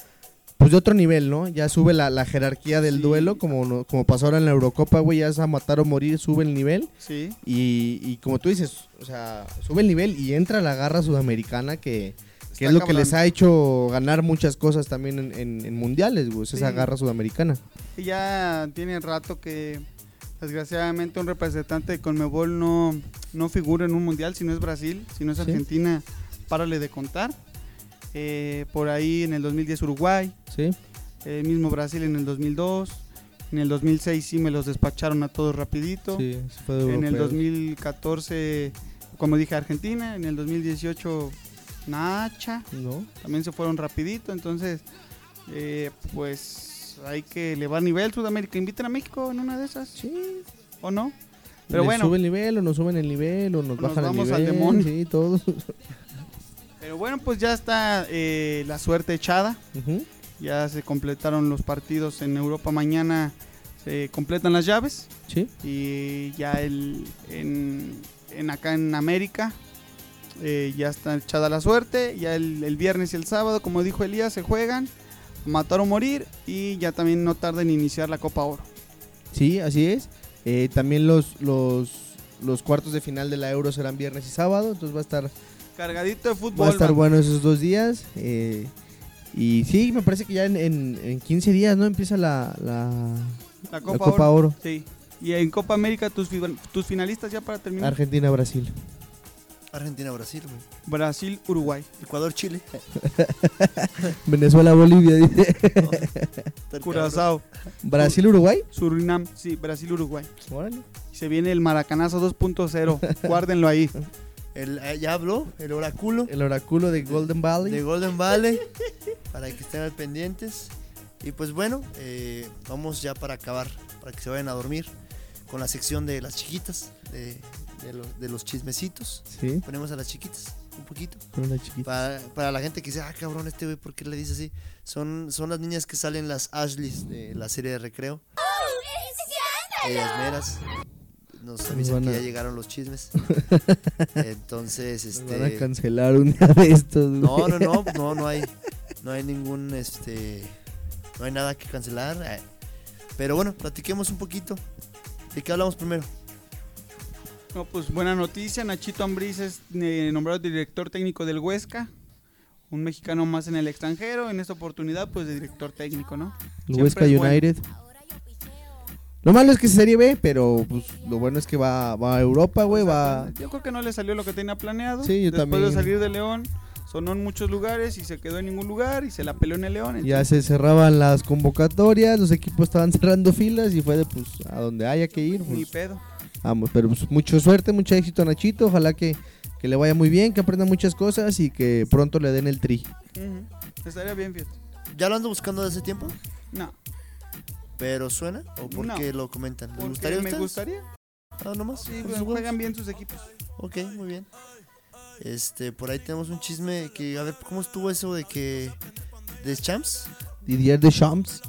Speaker 4: pues de otro nivel, ¿no? Ya sube la, la jerarquía del
Speaker 2: Sí.
Speaker 4: duelo, como, no- como pasó ahora en la Eurocopa, güey, ya es a matar o morir, sube el nivel.
Speaker 2: Sí.
Speaker 4: Y, y como tú dices, o sea, sube el nivel y entra la garra sudamericana que, que
Speaker 2: Está
Speaker 4: es lo que
Speaker 2: cabrón.
Speaker 4: les ha hecho ganar muchas cosas también en, en- en mundiales, güey, o sea, esa
Speaker 2: Sí.
Speaker 4: garra sudamericana.
Speaker 2: Y Ya tiene rato que, desgraciadamente, un representante de Conmebol no, no figura en un mundial, si no es Brasil, si no es
Speaker 4: Sí.
Speaker 2: Argentina, párale de contar. Eh, por ahí en el 2010 Uruguay,
Speaker 4: Sí,
Speaker 2: el mismo Brasil en el 2002, en el 2006 sí me los despacharon a todos rapidito.
Speaker 4: sí, fue
Speaker 2: En el 2014, como dije, Argentina. En el 2018, Nacha.
Speaker 4: ¿No?
Speaker 2: También se fueron rapidito. Entonces, eh, pues pues hay que elevar nivel. Sudamérica, inviten a México en una de esas,
Speaker 4: Sí.
Speaker 2: ¿o no? Pero
Speaker 4: Les
Speaker 2: bueno.
Speaker 4: sube el nivel o nos suben el nivel o nos,
Speaker 2: Nos
Speaker 4: bajan
Speaker 2: vamos
Speaker 4: el
Speaker 2: al
Speaker 4: nivel.
Speaker 2: demonio.
Speaker 4: Sí, todos.
Speaker 2: Pero bueno, pues ya está eh, la suerte echada.
Speaker 4: Ujú.
Speaker 2: Ya se completaron los partidos en Europa. Mañana se completan las llaves.
Speaker 4: Sí.
Speaker 2: Y ya el, en, en acá en América eh, ya está echada la suerte. Ya el, el viernes y el sábado, como dijo Elías, se juegan. a Matar o morir. Y ya también no tarda en iniciar la Copa Oro.
Speaker 4: Sí, así es. Eh, también los, los, los cuartos de final de la Euro serán viernes y sábado, entonces va a estar,
Speaker 2: Cargadito de fútbol.
Speaker 4: va a estar
Speaker 2: man.
Speaker 4: bueno esos dos días. eh, y sí, me parece que ya en, en, en 15 días, ¿no? Empieza la, la,
Speaker 2: La
Speaker 4: la Copa Oro.
Speaker 2: Sí. Y en Copa América, tus, fi- tus finalistas ya para terminar.
Speaker 4: Argentina-Brasil.
Speaker 3: Argentina, Brasil, güey.
Speaker 2: Brasil, Uruguay.
Speaker 3: Ecuador, Chile.
Speaker 4: Venezuela-Bolivia, dice.
Speaker 2: Curazao,
Speaker 4: Brasil-Uruguay.
Speaker 2: Surinam. Sí, Brasil, Uruguay.
Speaker 4: Órale.
Speaker 2: Se viene el Maracanazo 2.0. Guárdenlo ahí.
Speaker 3: El, eh, ya habló, el oráculo
Speaker 4: El oráculo de Golden Valley.
Speaker 3: de Golden Valley. para que estén al pendientes. Y pues bueno, eh, vamos ya para acabar, para que se vayan a dormir. Con la sección de las chiquitas, de, de los, de los chismecitos.
Speaker 4: Sí,
Speaker 3: Ponemos a las chiquitas un poquito.
Speaker 4: con una chiquita.
Speaker 3: Para, para la gente que dice, ah, cabrón, este güey, ¿por qué le dice así? Son, son las niñas que salen las Ashleys de la serie de recreo. Ellas meras. Nos avisan
Speaker 4: van
Speaker 3: que
Speaker 4: a-
Speaker 3: ya llegaron los chismes. Entonces,
Speaker 4: Nos Van a
Speaker 3: este.
Speaker 4: cancelar un día de estos.
Speaker 3: No,
Speaker 4: güey.
Speaker 3: no, no, no, no hay. No hay ningún, este. No hay nada que cancelar. eh. Pero bueno, platiquemos un poquito. ¿De qué hablamos primero?
Speaker 2: No, pues buena noticia. Nachito Ambriz es eh, nombrado director técnico del Huesca. Un mexicano más en el extranjero. En esta oportunidad, pues de director técnico, ¿no?
Speaker 4: El
Speaker 2: Siempre
Speaker 4: Huesca
Speaker 2: es bueno.
Speaker 4: United. Lo malo es que es Serie B, pero pues lo bueno es que va, va a Europa, güey, va...
Speaker 2: Yo creo que no le salió lo que tenía planeado.
Speaker 4: Sí, yo
Speaker 2: Después
Speaker 4: también.
Speaker 2: de salir de León, sonó en muchos lugares y se quedó en ningún lugar y se la peló en el León.
Speaker 4: Ya se cerraban las convocatorias, los equipos estaban cerrando filas y fue de pues a donde haya que ir.
Speaker 2: entonces, Ni
Speaker 4: Pues,
Speaker 2: pedo.
Speaker 4: vamos, pero pues mucha suerte, mucho éxito a Nachito, ojalá que, que le vaya muy bien, que aprenda muchas cosas y que pronto le den el tri.
Speaker 2: Ujú. Estaría bien, fíjate.
Speaker 3: ¿Ya lo ando buscando desde hace tiempo?
Speaker 2: No,
Speaker 3: ¿Pero suena? ¿O por
Speaker 2: No.
Speaker 3: qué lo comentan? ¿Les
Speaker 2: porque
Speaker 3: gustaría a
Speaker 2: me
Speaker 3: ustedes?
Speaker 2: gustaría.
Speaker 3: Ah,
Speaker 4: Pues
Speaker 3: nomás.
Speaker 2: Sí, pues,
Speaker 3: por sus huevos.
Speaker 2: juegan bien sus equipos.
Speaker 3: Ok, muy bien. Este, por ahí tenemos un chisme que, a ver, ¿cómo estuvo eso de que Deschamps
Speaker 4: Didier Deschamps.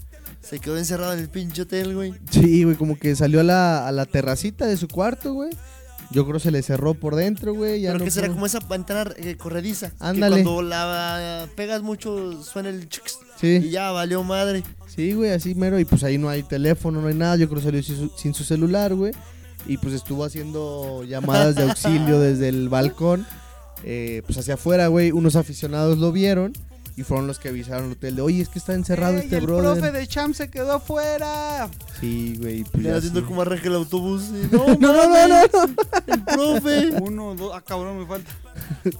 Speaker 3: se quedó encerrado en el pinche hotel, güey?
Speaker 4: Sí, güey, como que salió a la, a la terracita de su cuarto, güey. Yo creo se le cerró por dentro, güey. ya
Speaker 3: Pero
Speaker 4: no
Speaker 3: que será
Speaker 4: pudo-
Speaker 3: como esa ventana eh, corrediza.
Speaker 4: Ándale.
Speaker 3: Que cuando la pegas mucho suena el chix, y
Speaker 4: Sí, Pues
Speaker 3: ya valió madre.
Speaker 4: sí, güey, así mero. Y pues ahí no hay teléfono, no hay nada. Yo creo salió sin su, sin su celular, güey. Y pues estuvo haciendo llamadas de auxilio desde el balcón. eh, pues hacia afuera, güey. Unos aficionados lo vieron. Y fueron los que avisaron al hotel de, oye, es que está encerrado
Speaker 2: Ey,
Speaker 4: este
Speaker 2: Eh, el
Speaker 4: brother.
Speaker 2: profe de Cham se quedó afuera.
Speaker 4: Sí, güey. Pues
Speaker 3: Le
Speaker 4: ya
Speaker 3: haciendo
Speaker 4: sí.
Speaker 3: como arranca el autobús. y, no,
Speaker 4: No, no, no, no, no.
Speaker 3: el profe.
Speaker 2: Uno, dos, ah, cabrón, me falta.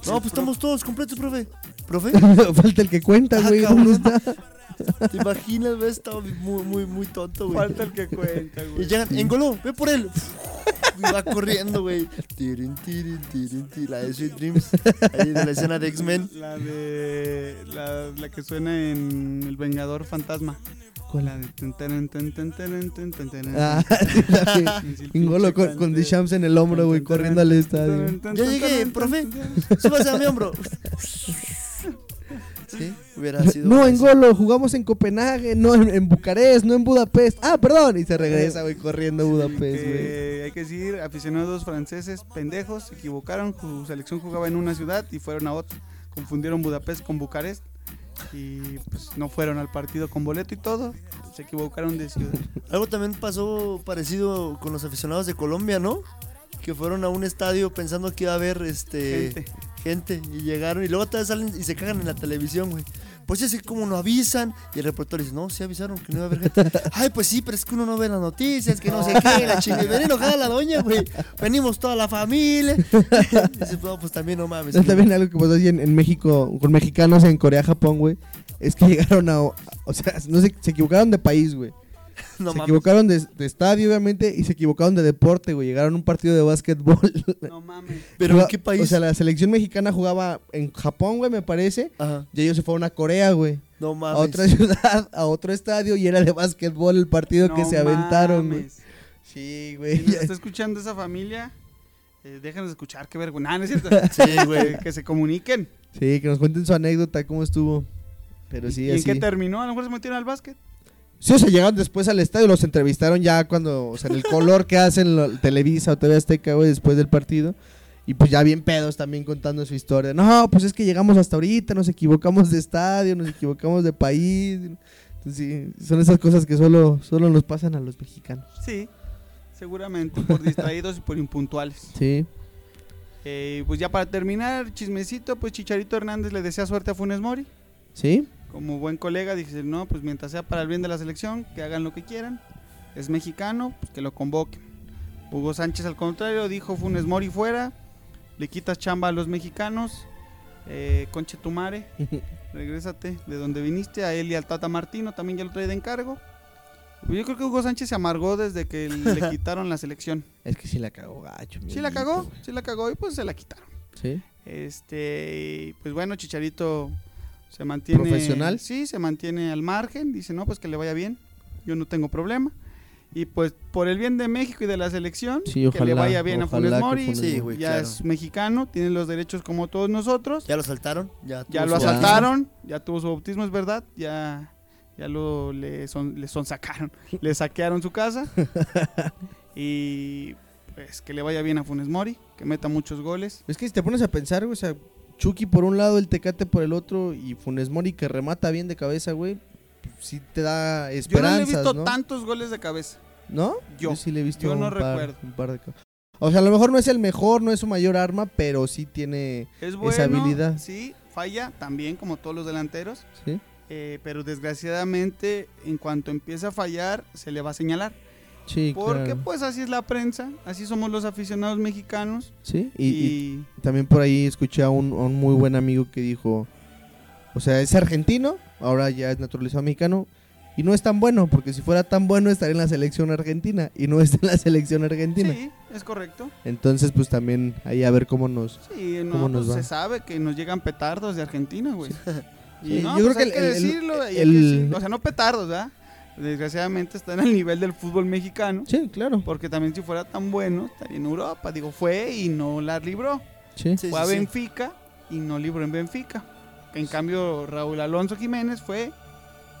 Speaker 3: No, pues estamos todos completos, profe. ¿Profe?
Speaker 4: Falta el que cuenta,
Speaker 3: Ah,
Speaker 4: güey.
Speaker 3: cabrón.
Speaker 4: ¿Dónde está?
Speaker 3: ¿Te imaginas? ves? Estaba muy, muy, muy tonto, güey.
Speaker 2: Falta el que cuenta,
Speaker 3: Y
Speaker 2: güey.
Speaker 3: llegan, engoló, ve por él. Y va corriendo, güey. Tirin, tirin, tirin, tirin, La de Sweet Dreams. Ahí de la escena de X-Men.
Speaker 2: La de. La, la que suena en El Vengador Fantasma. Con la de. Ten, ten, ten, ten, ten, ten, ten, ten.
Speaker 4: Ah, sí, la que-
Speaker 2: Sí, el pinche
Speaker 4: Ingolo con, con
Speaker 2: cante.
Speaker 4: Deschamps en el hombro, güey, corriendo al estadio.
Speaker 2: Ten, ten,
Speaker 3: Ya
Speaker 2: ten,
Speaker 3: llegué,
Speaker 2: ten,
Speaker 3: profe.
Speaker 2: ten, ten.
Speaker 3: Súbase a mi hombro. Sí, hubiera sido.
Speaker 4: No,
Speaker 3: más.
Speaker 4: Engolo, jugamos en Copenhague, no en, en Bucarest, no en Budapest. Ah, perdón. Y se regresa, güey, corriendo a Budapest, Pues, güey.
Speaker 2: Eh, hay que decir, aficionados franceses, pendejos, se equivocaron. Su selección jugaba en una ciudad y fueron a otra. Confundieron Budapest con Bucarest y pues no fueron al partido con boleto y todo. Se equivocaron de ciudad.
Speaker 3: Algo también pasó parecido con los aficionados de Colombia, ¿no? Que fueron a un estadio pensando que iba a haber este,
Speaker 2: Gente.
Speaker 3: gente, y llegaron y luego otra vez salen y se cagan en la televisión, güey. Pues es que como no avisan y el reportero dice, no, sí avisaron que no iba a haber gente. Ay, pues sí, pero es que uno no ve las noticias, que no sé qué, la chingada. Y Ven enojada la doña, güey. Venimos toda la familia. Dice, "No, pues también no mames.
Speaker 4: Eso también algo que pasó así en, en México, con mexicanos en Corea, Japón, güey. Es que llegaron a. O sea, no sé, se equivocaron de país, güey.
Speaker 3: no
Speaker 4: se
Speaker 3: mames.
Speaker 4: equivocaron de, de estadio, obviamente, y se equivocaron de deporte, güey. Llegaron a un partido de básquetbol.
Speaker 2: No mames.
Speaker 3: Pero ¿en
Speaker 4: Juga-
Speaker 3: qué país?
Speaker 4: O sea, la selección mexicana jugaba en Japón, güey, me parece.
Speaker 3: Ajá.
Speaker 4: Y ellos se fueron a Corea, güey.
Speaker 3: No mames.
Speaker 4: a otra ciudad, a otro estadio y era de básquetbol el partido que
Speaker 2: No
Speaker 4: se aventaron, güey.
Speaker 2: mames.
Speaker 4: Sí,
Speaker 2: Si
Speaker 4: güey.
Speaker 2: nos está escuchando esa familia, eh, déjenos escuchar, qué vergüenza. Nah, no es cierto.
Speaker 3: Sí, güey.
Speaker 2: Que- que se comuniquen.
Speaker 4: Sí, que nos cuenten su anécdota, cómo estuvo. Pero sí,
Speaker 2: ¿Y en
Speaker 4: así.
Speaker 2: qué terminó? A lo mejor se metieron al básquet.
Speaker 4: Sí, o sea, llegaron después al estadio, los entrevistaron ya cuando, o sea, en el color que hacen lo- Televisa o TV Azteca, güey, después del partido. Y pues ya bien pedos también contando su historia. No, pues es que llegamos hasta ahorita, nos equivocamos de estadio, nos equivocamos de país. Entonces, sí, son esas cosas que solo, solo nos pasan a los mexicanos.
Speaker 2: Sí, seguramente, por distraídos y por impuntuales.
Speaker 4: Sí.
Speaker 2: Eh, pues ya para terminar, chismecito, pues Chicharito Hernández le desea suerte a Funes Mori.
Speaker 4: ¿Sí?
Speaker 2: Como buen colega, dice, no, pues mientras sea para el bien de la selección, que hagan lo que quieran. Es mexicano, pues que lo convoquen. Hugo Sánchez al contrario, dijo Funes Mori fuera, le quitas chamba a los mexicanos, eh, conche tu mare, regrésate de donde viniste, a él y al Tata Martino también ya lo trae de encargo. Pues Yo creo que Hugo Sánchez se amargó desde que le quitaron la selección.
Speaker 4: Es que sí la cagó, gacho. mi
Speaker 2: Sí la
Speaker 4: amiguito,
Speaker 2: cagó,
Speaker 4: güey.
Speaker 2: sí la cagó y pues se la quitaron.
Speaker 4: Sí.
Speaker 2: Este, y, pues bueno, Chicharito se mantiene.
Speaker 4: ¿Profesional?
Speaker 2: Sí, se mantiene al margen. Dice, no, pues que le vaya bien. Yo no tengo problema. Y pues por el bien de México y de la selección,
Speaker 4: Sí,
Speaker 2: que le
Speaker 4: ojalá-
Speaker 2: vaya bien a
Speaker 4: ojalá
Speaker 2: Funes
Speaker 4: que
Speaker 2: Mori.
Speaker 4: Funes
Speaker 3: Sí, güey,
Speaker 2: ya
Speaker 3: claro.
Speaker 2: es mexicano, tiene los derechos como todos nosotros.
Speaker 3: ¿Ya lo saltaron? Ya,
Speaker 2: Ya
Speaker 3: tuvo
Speaker 2: lo
Speaker 3: su-
Speaker 4: Ya.
Speaker 2: asaltaron, ya tuvo su bautismo, es verdad. Ya, ya lo le, son, le sonsacaron, le saquearon su casa. y pues que le vaya bien a Funes Mori, que meta muchos goles.
Speaker 4: Es que si te pones a pensar, güey, o sea, Chucky por un lado, el Tecate por el otro y Funes Mori que remata bien de cabeza, güey, pues sí te
Speaker 2: Yo
Speaker 4: da
Speaker 2: no le he
Speaker 4: esperanzas,
Speaker 2: visto
Speaker 4: ¿no?
Speaker 2: tantos goles de cabeza.
Speaker 4: ¿No?
Speaker 2: Yo.
Speaker 4: sí le he visto
Speaker 2: yo no
Speaker 4: un par-
Speaker 2: recuerdo.
Speaker 4: un par de ca- O sea, a lo mejor no es el mejor, no es su mayor arma, pero sí tiene,
Speaker 2: Es bueno.
Speaker 4: habilidad.
Speaker 2: Sí, falla también como todos los delanteros.
Speaker 4: ¿sí?
Speaker 2: eh, pero desgraciadamente en cuanto empieza a fallar se le va a señalar.
Speaker 4: Sí,
Speaker 2: porque
Speaker 4: claro.
Speaker 2: pues así es la prensa, así somos los aficionados mexicanos.
Speaker 4: Sí, y- y
Speaker 2: Y,
Speaker 4: También por ahí escuché a un, a un muy buen amigo que dijo, o sea, es argentino, ahora ya es naturalizado mexicano, y no es tan bueno, porque si fuera tan bueno estaría en la selección argentina, y no está en la selección argentina.
Speaker 2: sí, es correcto.
Speaker 4: Entonces, pues también ahí a ver cómo nos...
Speaker 2: Sí, no,
Speaker 4: ¿Cómo nos
Speaker 2: pues,
Speaker 4: va?
Speaker 2: se sabe que nos llegan petardos de Argentina, güey.
Speaker 4: Sí,
Speaker 2: no,
Speaker 4: yo
Speaker 2: pues,
Speaker 4: creo
Speaker 2: hay
Speaker 4: que el- el-
Speaker 2: decirlo, hay que
Speaker 4: el-
Speaker 2: decirlo. o sea, no petardos, ¿verdad? Desgraciadamente están al nivel del fútbol mexicano.
Speaker 4: Sí, claro.
Speaker 2: Porque también si fuera tan bueno, estaría en Europa. Digo, fue y no la libró.
Speaker 4: Sí.
Speaker 3: Sí,
Speaker 2: fue a
Speaker 3: sí, sí.
Speaker 2: Benfica y no libró en Benfica. En cambio, Raúl Alonso Jiménez fue,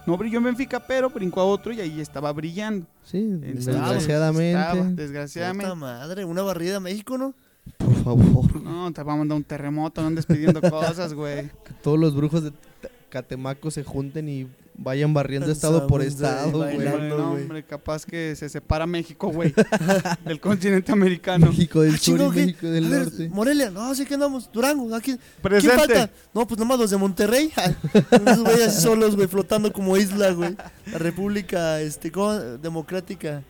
Speaker 2: no brilló en Benfica, pero brincó a otro y ahí estaba brillando.
Speaker 4: Sí,
Speaker 2: Entonces,
Speaker 4: desgraciadamente.
Speaker 2: estaba,
Speaker 3: Puta
Speaker 2: desgraciadamente.
Speaker 3: madre, una barrida a México, ¿no?
Speaker 4: Por favor,
Speaker 2: No, te va a mandar un terremoto, no andes pidiendo cosas, güey.
Speaker 4: que todos los brujos de T- Catemaco se junten y vayan barriendo estado
Speaker 3: Lanzamos
Speaker 4: por
Speaker 3: de
Speaker 4: estado, güey.
Speaker 3: bailar. Bailando,
Speaker 2: No,
Speaker 3: güey.
Speaker 2: hombre, capaz que se separa México, güey, del continente americano.
Speaker 4: México del
Speaker 3: Ah,
Speaker 4: sur
Speaker 3: chingo,
Speaker 4: y
Speaker 3: ¿qué?
Speaker 4: México del
Speaker 3: A ver,
Speaker 4: norte.
Speaker 3: Morelia, no, sí que andamos. Durango, aquí. ¿Quién falta?
Speaker 2: Presente.
Speaker 3: No, pues nomás los de Monterrey. Esos güeyes así solos, güey, flotando como isla, güey. La República este, ¿cómo? Democrática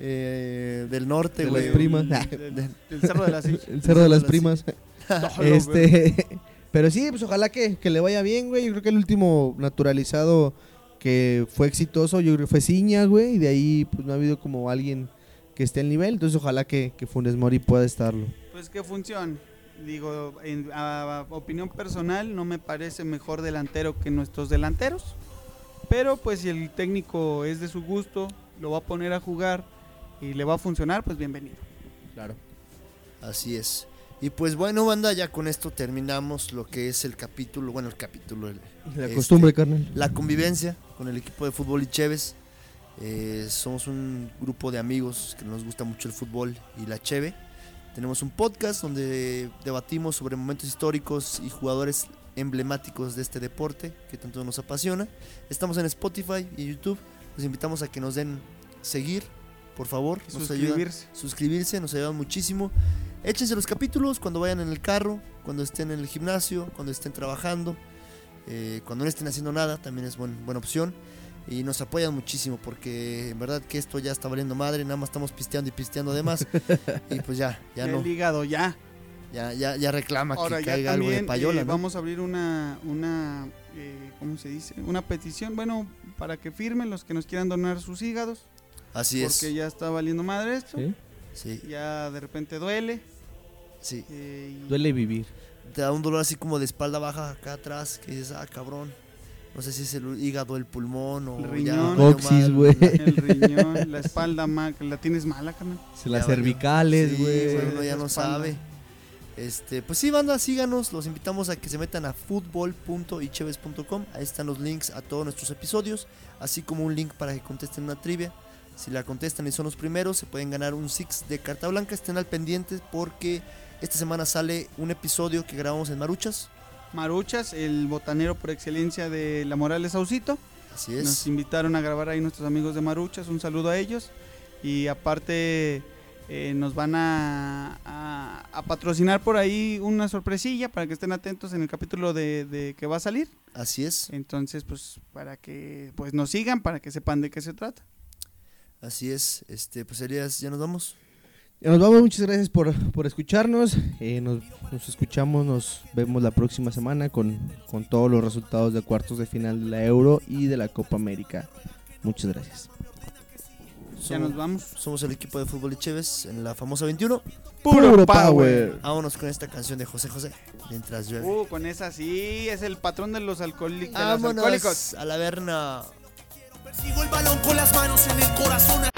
Speaker 3: eh, del Norte,
Speaker 4: De
Speaker 3: güey.
Speaker 4: las primas.
Speaker 2: Del, del- del Cerro de la Silla.
Speaker 4: El Cerro de las Primas.
Speaker 2: Tójalo, güey.
Speaker 4: Este, pero sí, pues ojalá que, que le vaya bien, güey. Yo creo que el último naturalizado que fue exitoso, yo creo que fue Ciña, güey. Y de ahí, pues no ha habido como alguien que esté al nivel. Entonces, ojalá que, que Funes Mori pueda estarlo.
Speaker 2: Pues que funcione. Digo, en a- a opinión personal, no me parece mejor delantero que nuestros delanteros. Pero pues si el técnico es de su gusto, lo va a poner a jugar y le va a funcionar, pues bienvenido.
Speaker 4: Claro.
Speaker 3: Así es. Y pues bueno, banda, ya con esto terminamos lo que es el capítulo, bueno, el capítulo, el-
Speaker 4: La
Speaker 3: Este-
Speaker 4: costumbre, carnal.
Speaker 3: la convivencia con el equipo de fútbol y Cheves. Eh, somos un grupo de amigos que nos gusta mucho el fútbol y la Cheve. Tenemos un podcast donde debatimos sobre momentos históricos y jugadores emblemáticos de este deporte que tanto nos apasiona. Estamos en Spotify y YouTube. Los invitamos a que nos den seguir, por favor.
Speaker 2: Y
Speaker 3: Nos ayudan
Speaker 2: suscribirse.
Speaker 3: suscribirse, nos ayudan muchísimo. Échense los capítulos cuando vayan en el carro, cuando estén en el gimnasio, cuando estén trabajando, eh, cuando no estén haciendo nada, también es buen- buena opción. Y nos apoyan muchísimo porque en verdad que esto ya está valiendo madre, nada más estamos pisteando y pisteando además. y pues ya, ya
Speaker 2: Ya
Speaker 3: no,
Speaker 2: El hígado, ya.
Speaker 3: ya, ya, ya reclama
Speaker 2: Ahora
Speaker 3: que
Speaker 2: ya
Speaker 3: caiga algo de
Speaker 2: también
Speaker 3: payola.
Speaker 2: eh,
Speaker 3: ¿no?
Speaker 2: vamos a abrir una, una eh, ¿cómo se dice? Una petición, bueno, para que firmen los que nos quieran donar sus hígados.
Speaker 3: Así es.
Speaker 2: porque ya está valiendo madre esto.
Speaker 4: Sí.
Speaker 3: Sí,
Speaker 2: Ya de repente duele.
Speaker 3: sí.
Speaker 2: eh, y-
Speaker 4: Duele vivir.
Speaker 3: Te da un dolor así como de espalda baja acá atrás, que dices, ah, cabrón. No sé si es el hígado, el pulmón o
Speaker 2: El
Speaker 3: ya
Speaker 2: riñón.
Speaker 3: valió
Speaker 4: Coxis,
Speaker 3: madre,
Speaker 4: güey.
Speaker 3: ¿verdad?
Speaker 2: El riñón, la espalda, ma, la tienes mala, carnal.
Speaker 4: Se las
Speaker 3: Ya valió.
Speaker 4: cervicales,
Speaker 3: Sí,
Speaker 4: güey.
Speaker 3: güey, uno ya no
Speaker 2: espalda.
Speaker 3: sabe. Este, pues sí, banda, síganos. Los invitamos a que se metan a futbol.icheves.com. Ahí están los links a todos nuestros episodios, así como un link para que contesten una trivia. Si la contestan y son los primeros, se pueden ganar un Six de carta blanca. Estén al pendiente porque esta semana sale un episodio que grabamos en Maruchas.
Speaker 2: Maruchas, el botanero por excelencia de La Morales Saucito.
Speaker 3: Así es.
Speaker 2: Nos invitaron a grabar ahí nuestros amigos de Maruchas, un saludo a ellos. Y aparte eh, nos van a, a- a patrocinar por ahí una sorpresilla para que estén atentos en el capítulo de, de que va a salir.
Speaker 3: Así es.
Speaker 2: Entonces, pues para que pues nos sigan, para que sepan de qué se trata.
Speaker 3: Así es. Este, pues Elías, ya nos vamos.
Speaker 4: Ya Nos vamos, muchas gracias por, por escucharnos. Eh, nos, nos escuchamos, nos vemos la próxima semana con, con todos los resultados de cuartos de final de la Euro y de la Copa América. Muchas gracias.
Speaker 2: Ya
Speaker 3: Somos,
Speaker 2: nos vamos.
Speaker 3: somos el equipo de fútbol Icheves en la famosa 21.
Speaker 2: Puro power.
Speaker 3: Vámonos con esta canción de José José. Mientras llueve.
Speaker 2: Uh, con esa sí, es el patrón de los, alcohólicos de los alcohólicos.
Speaker 3: Vámonos a la verna.
Speaker 1: Persigo el balón con las manos en el corazón.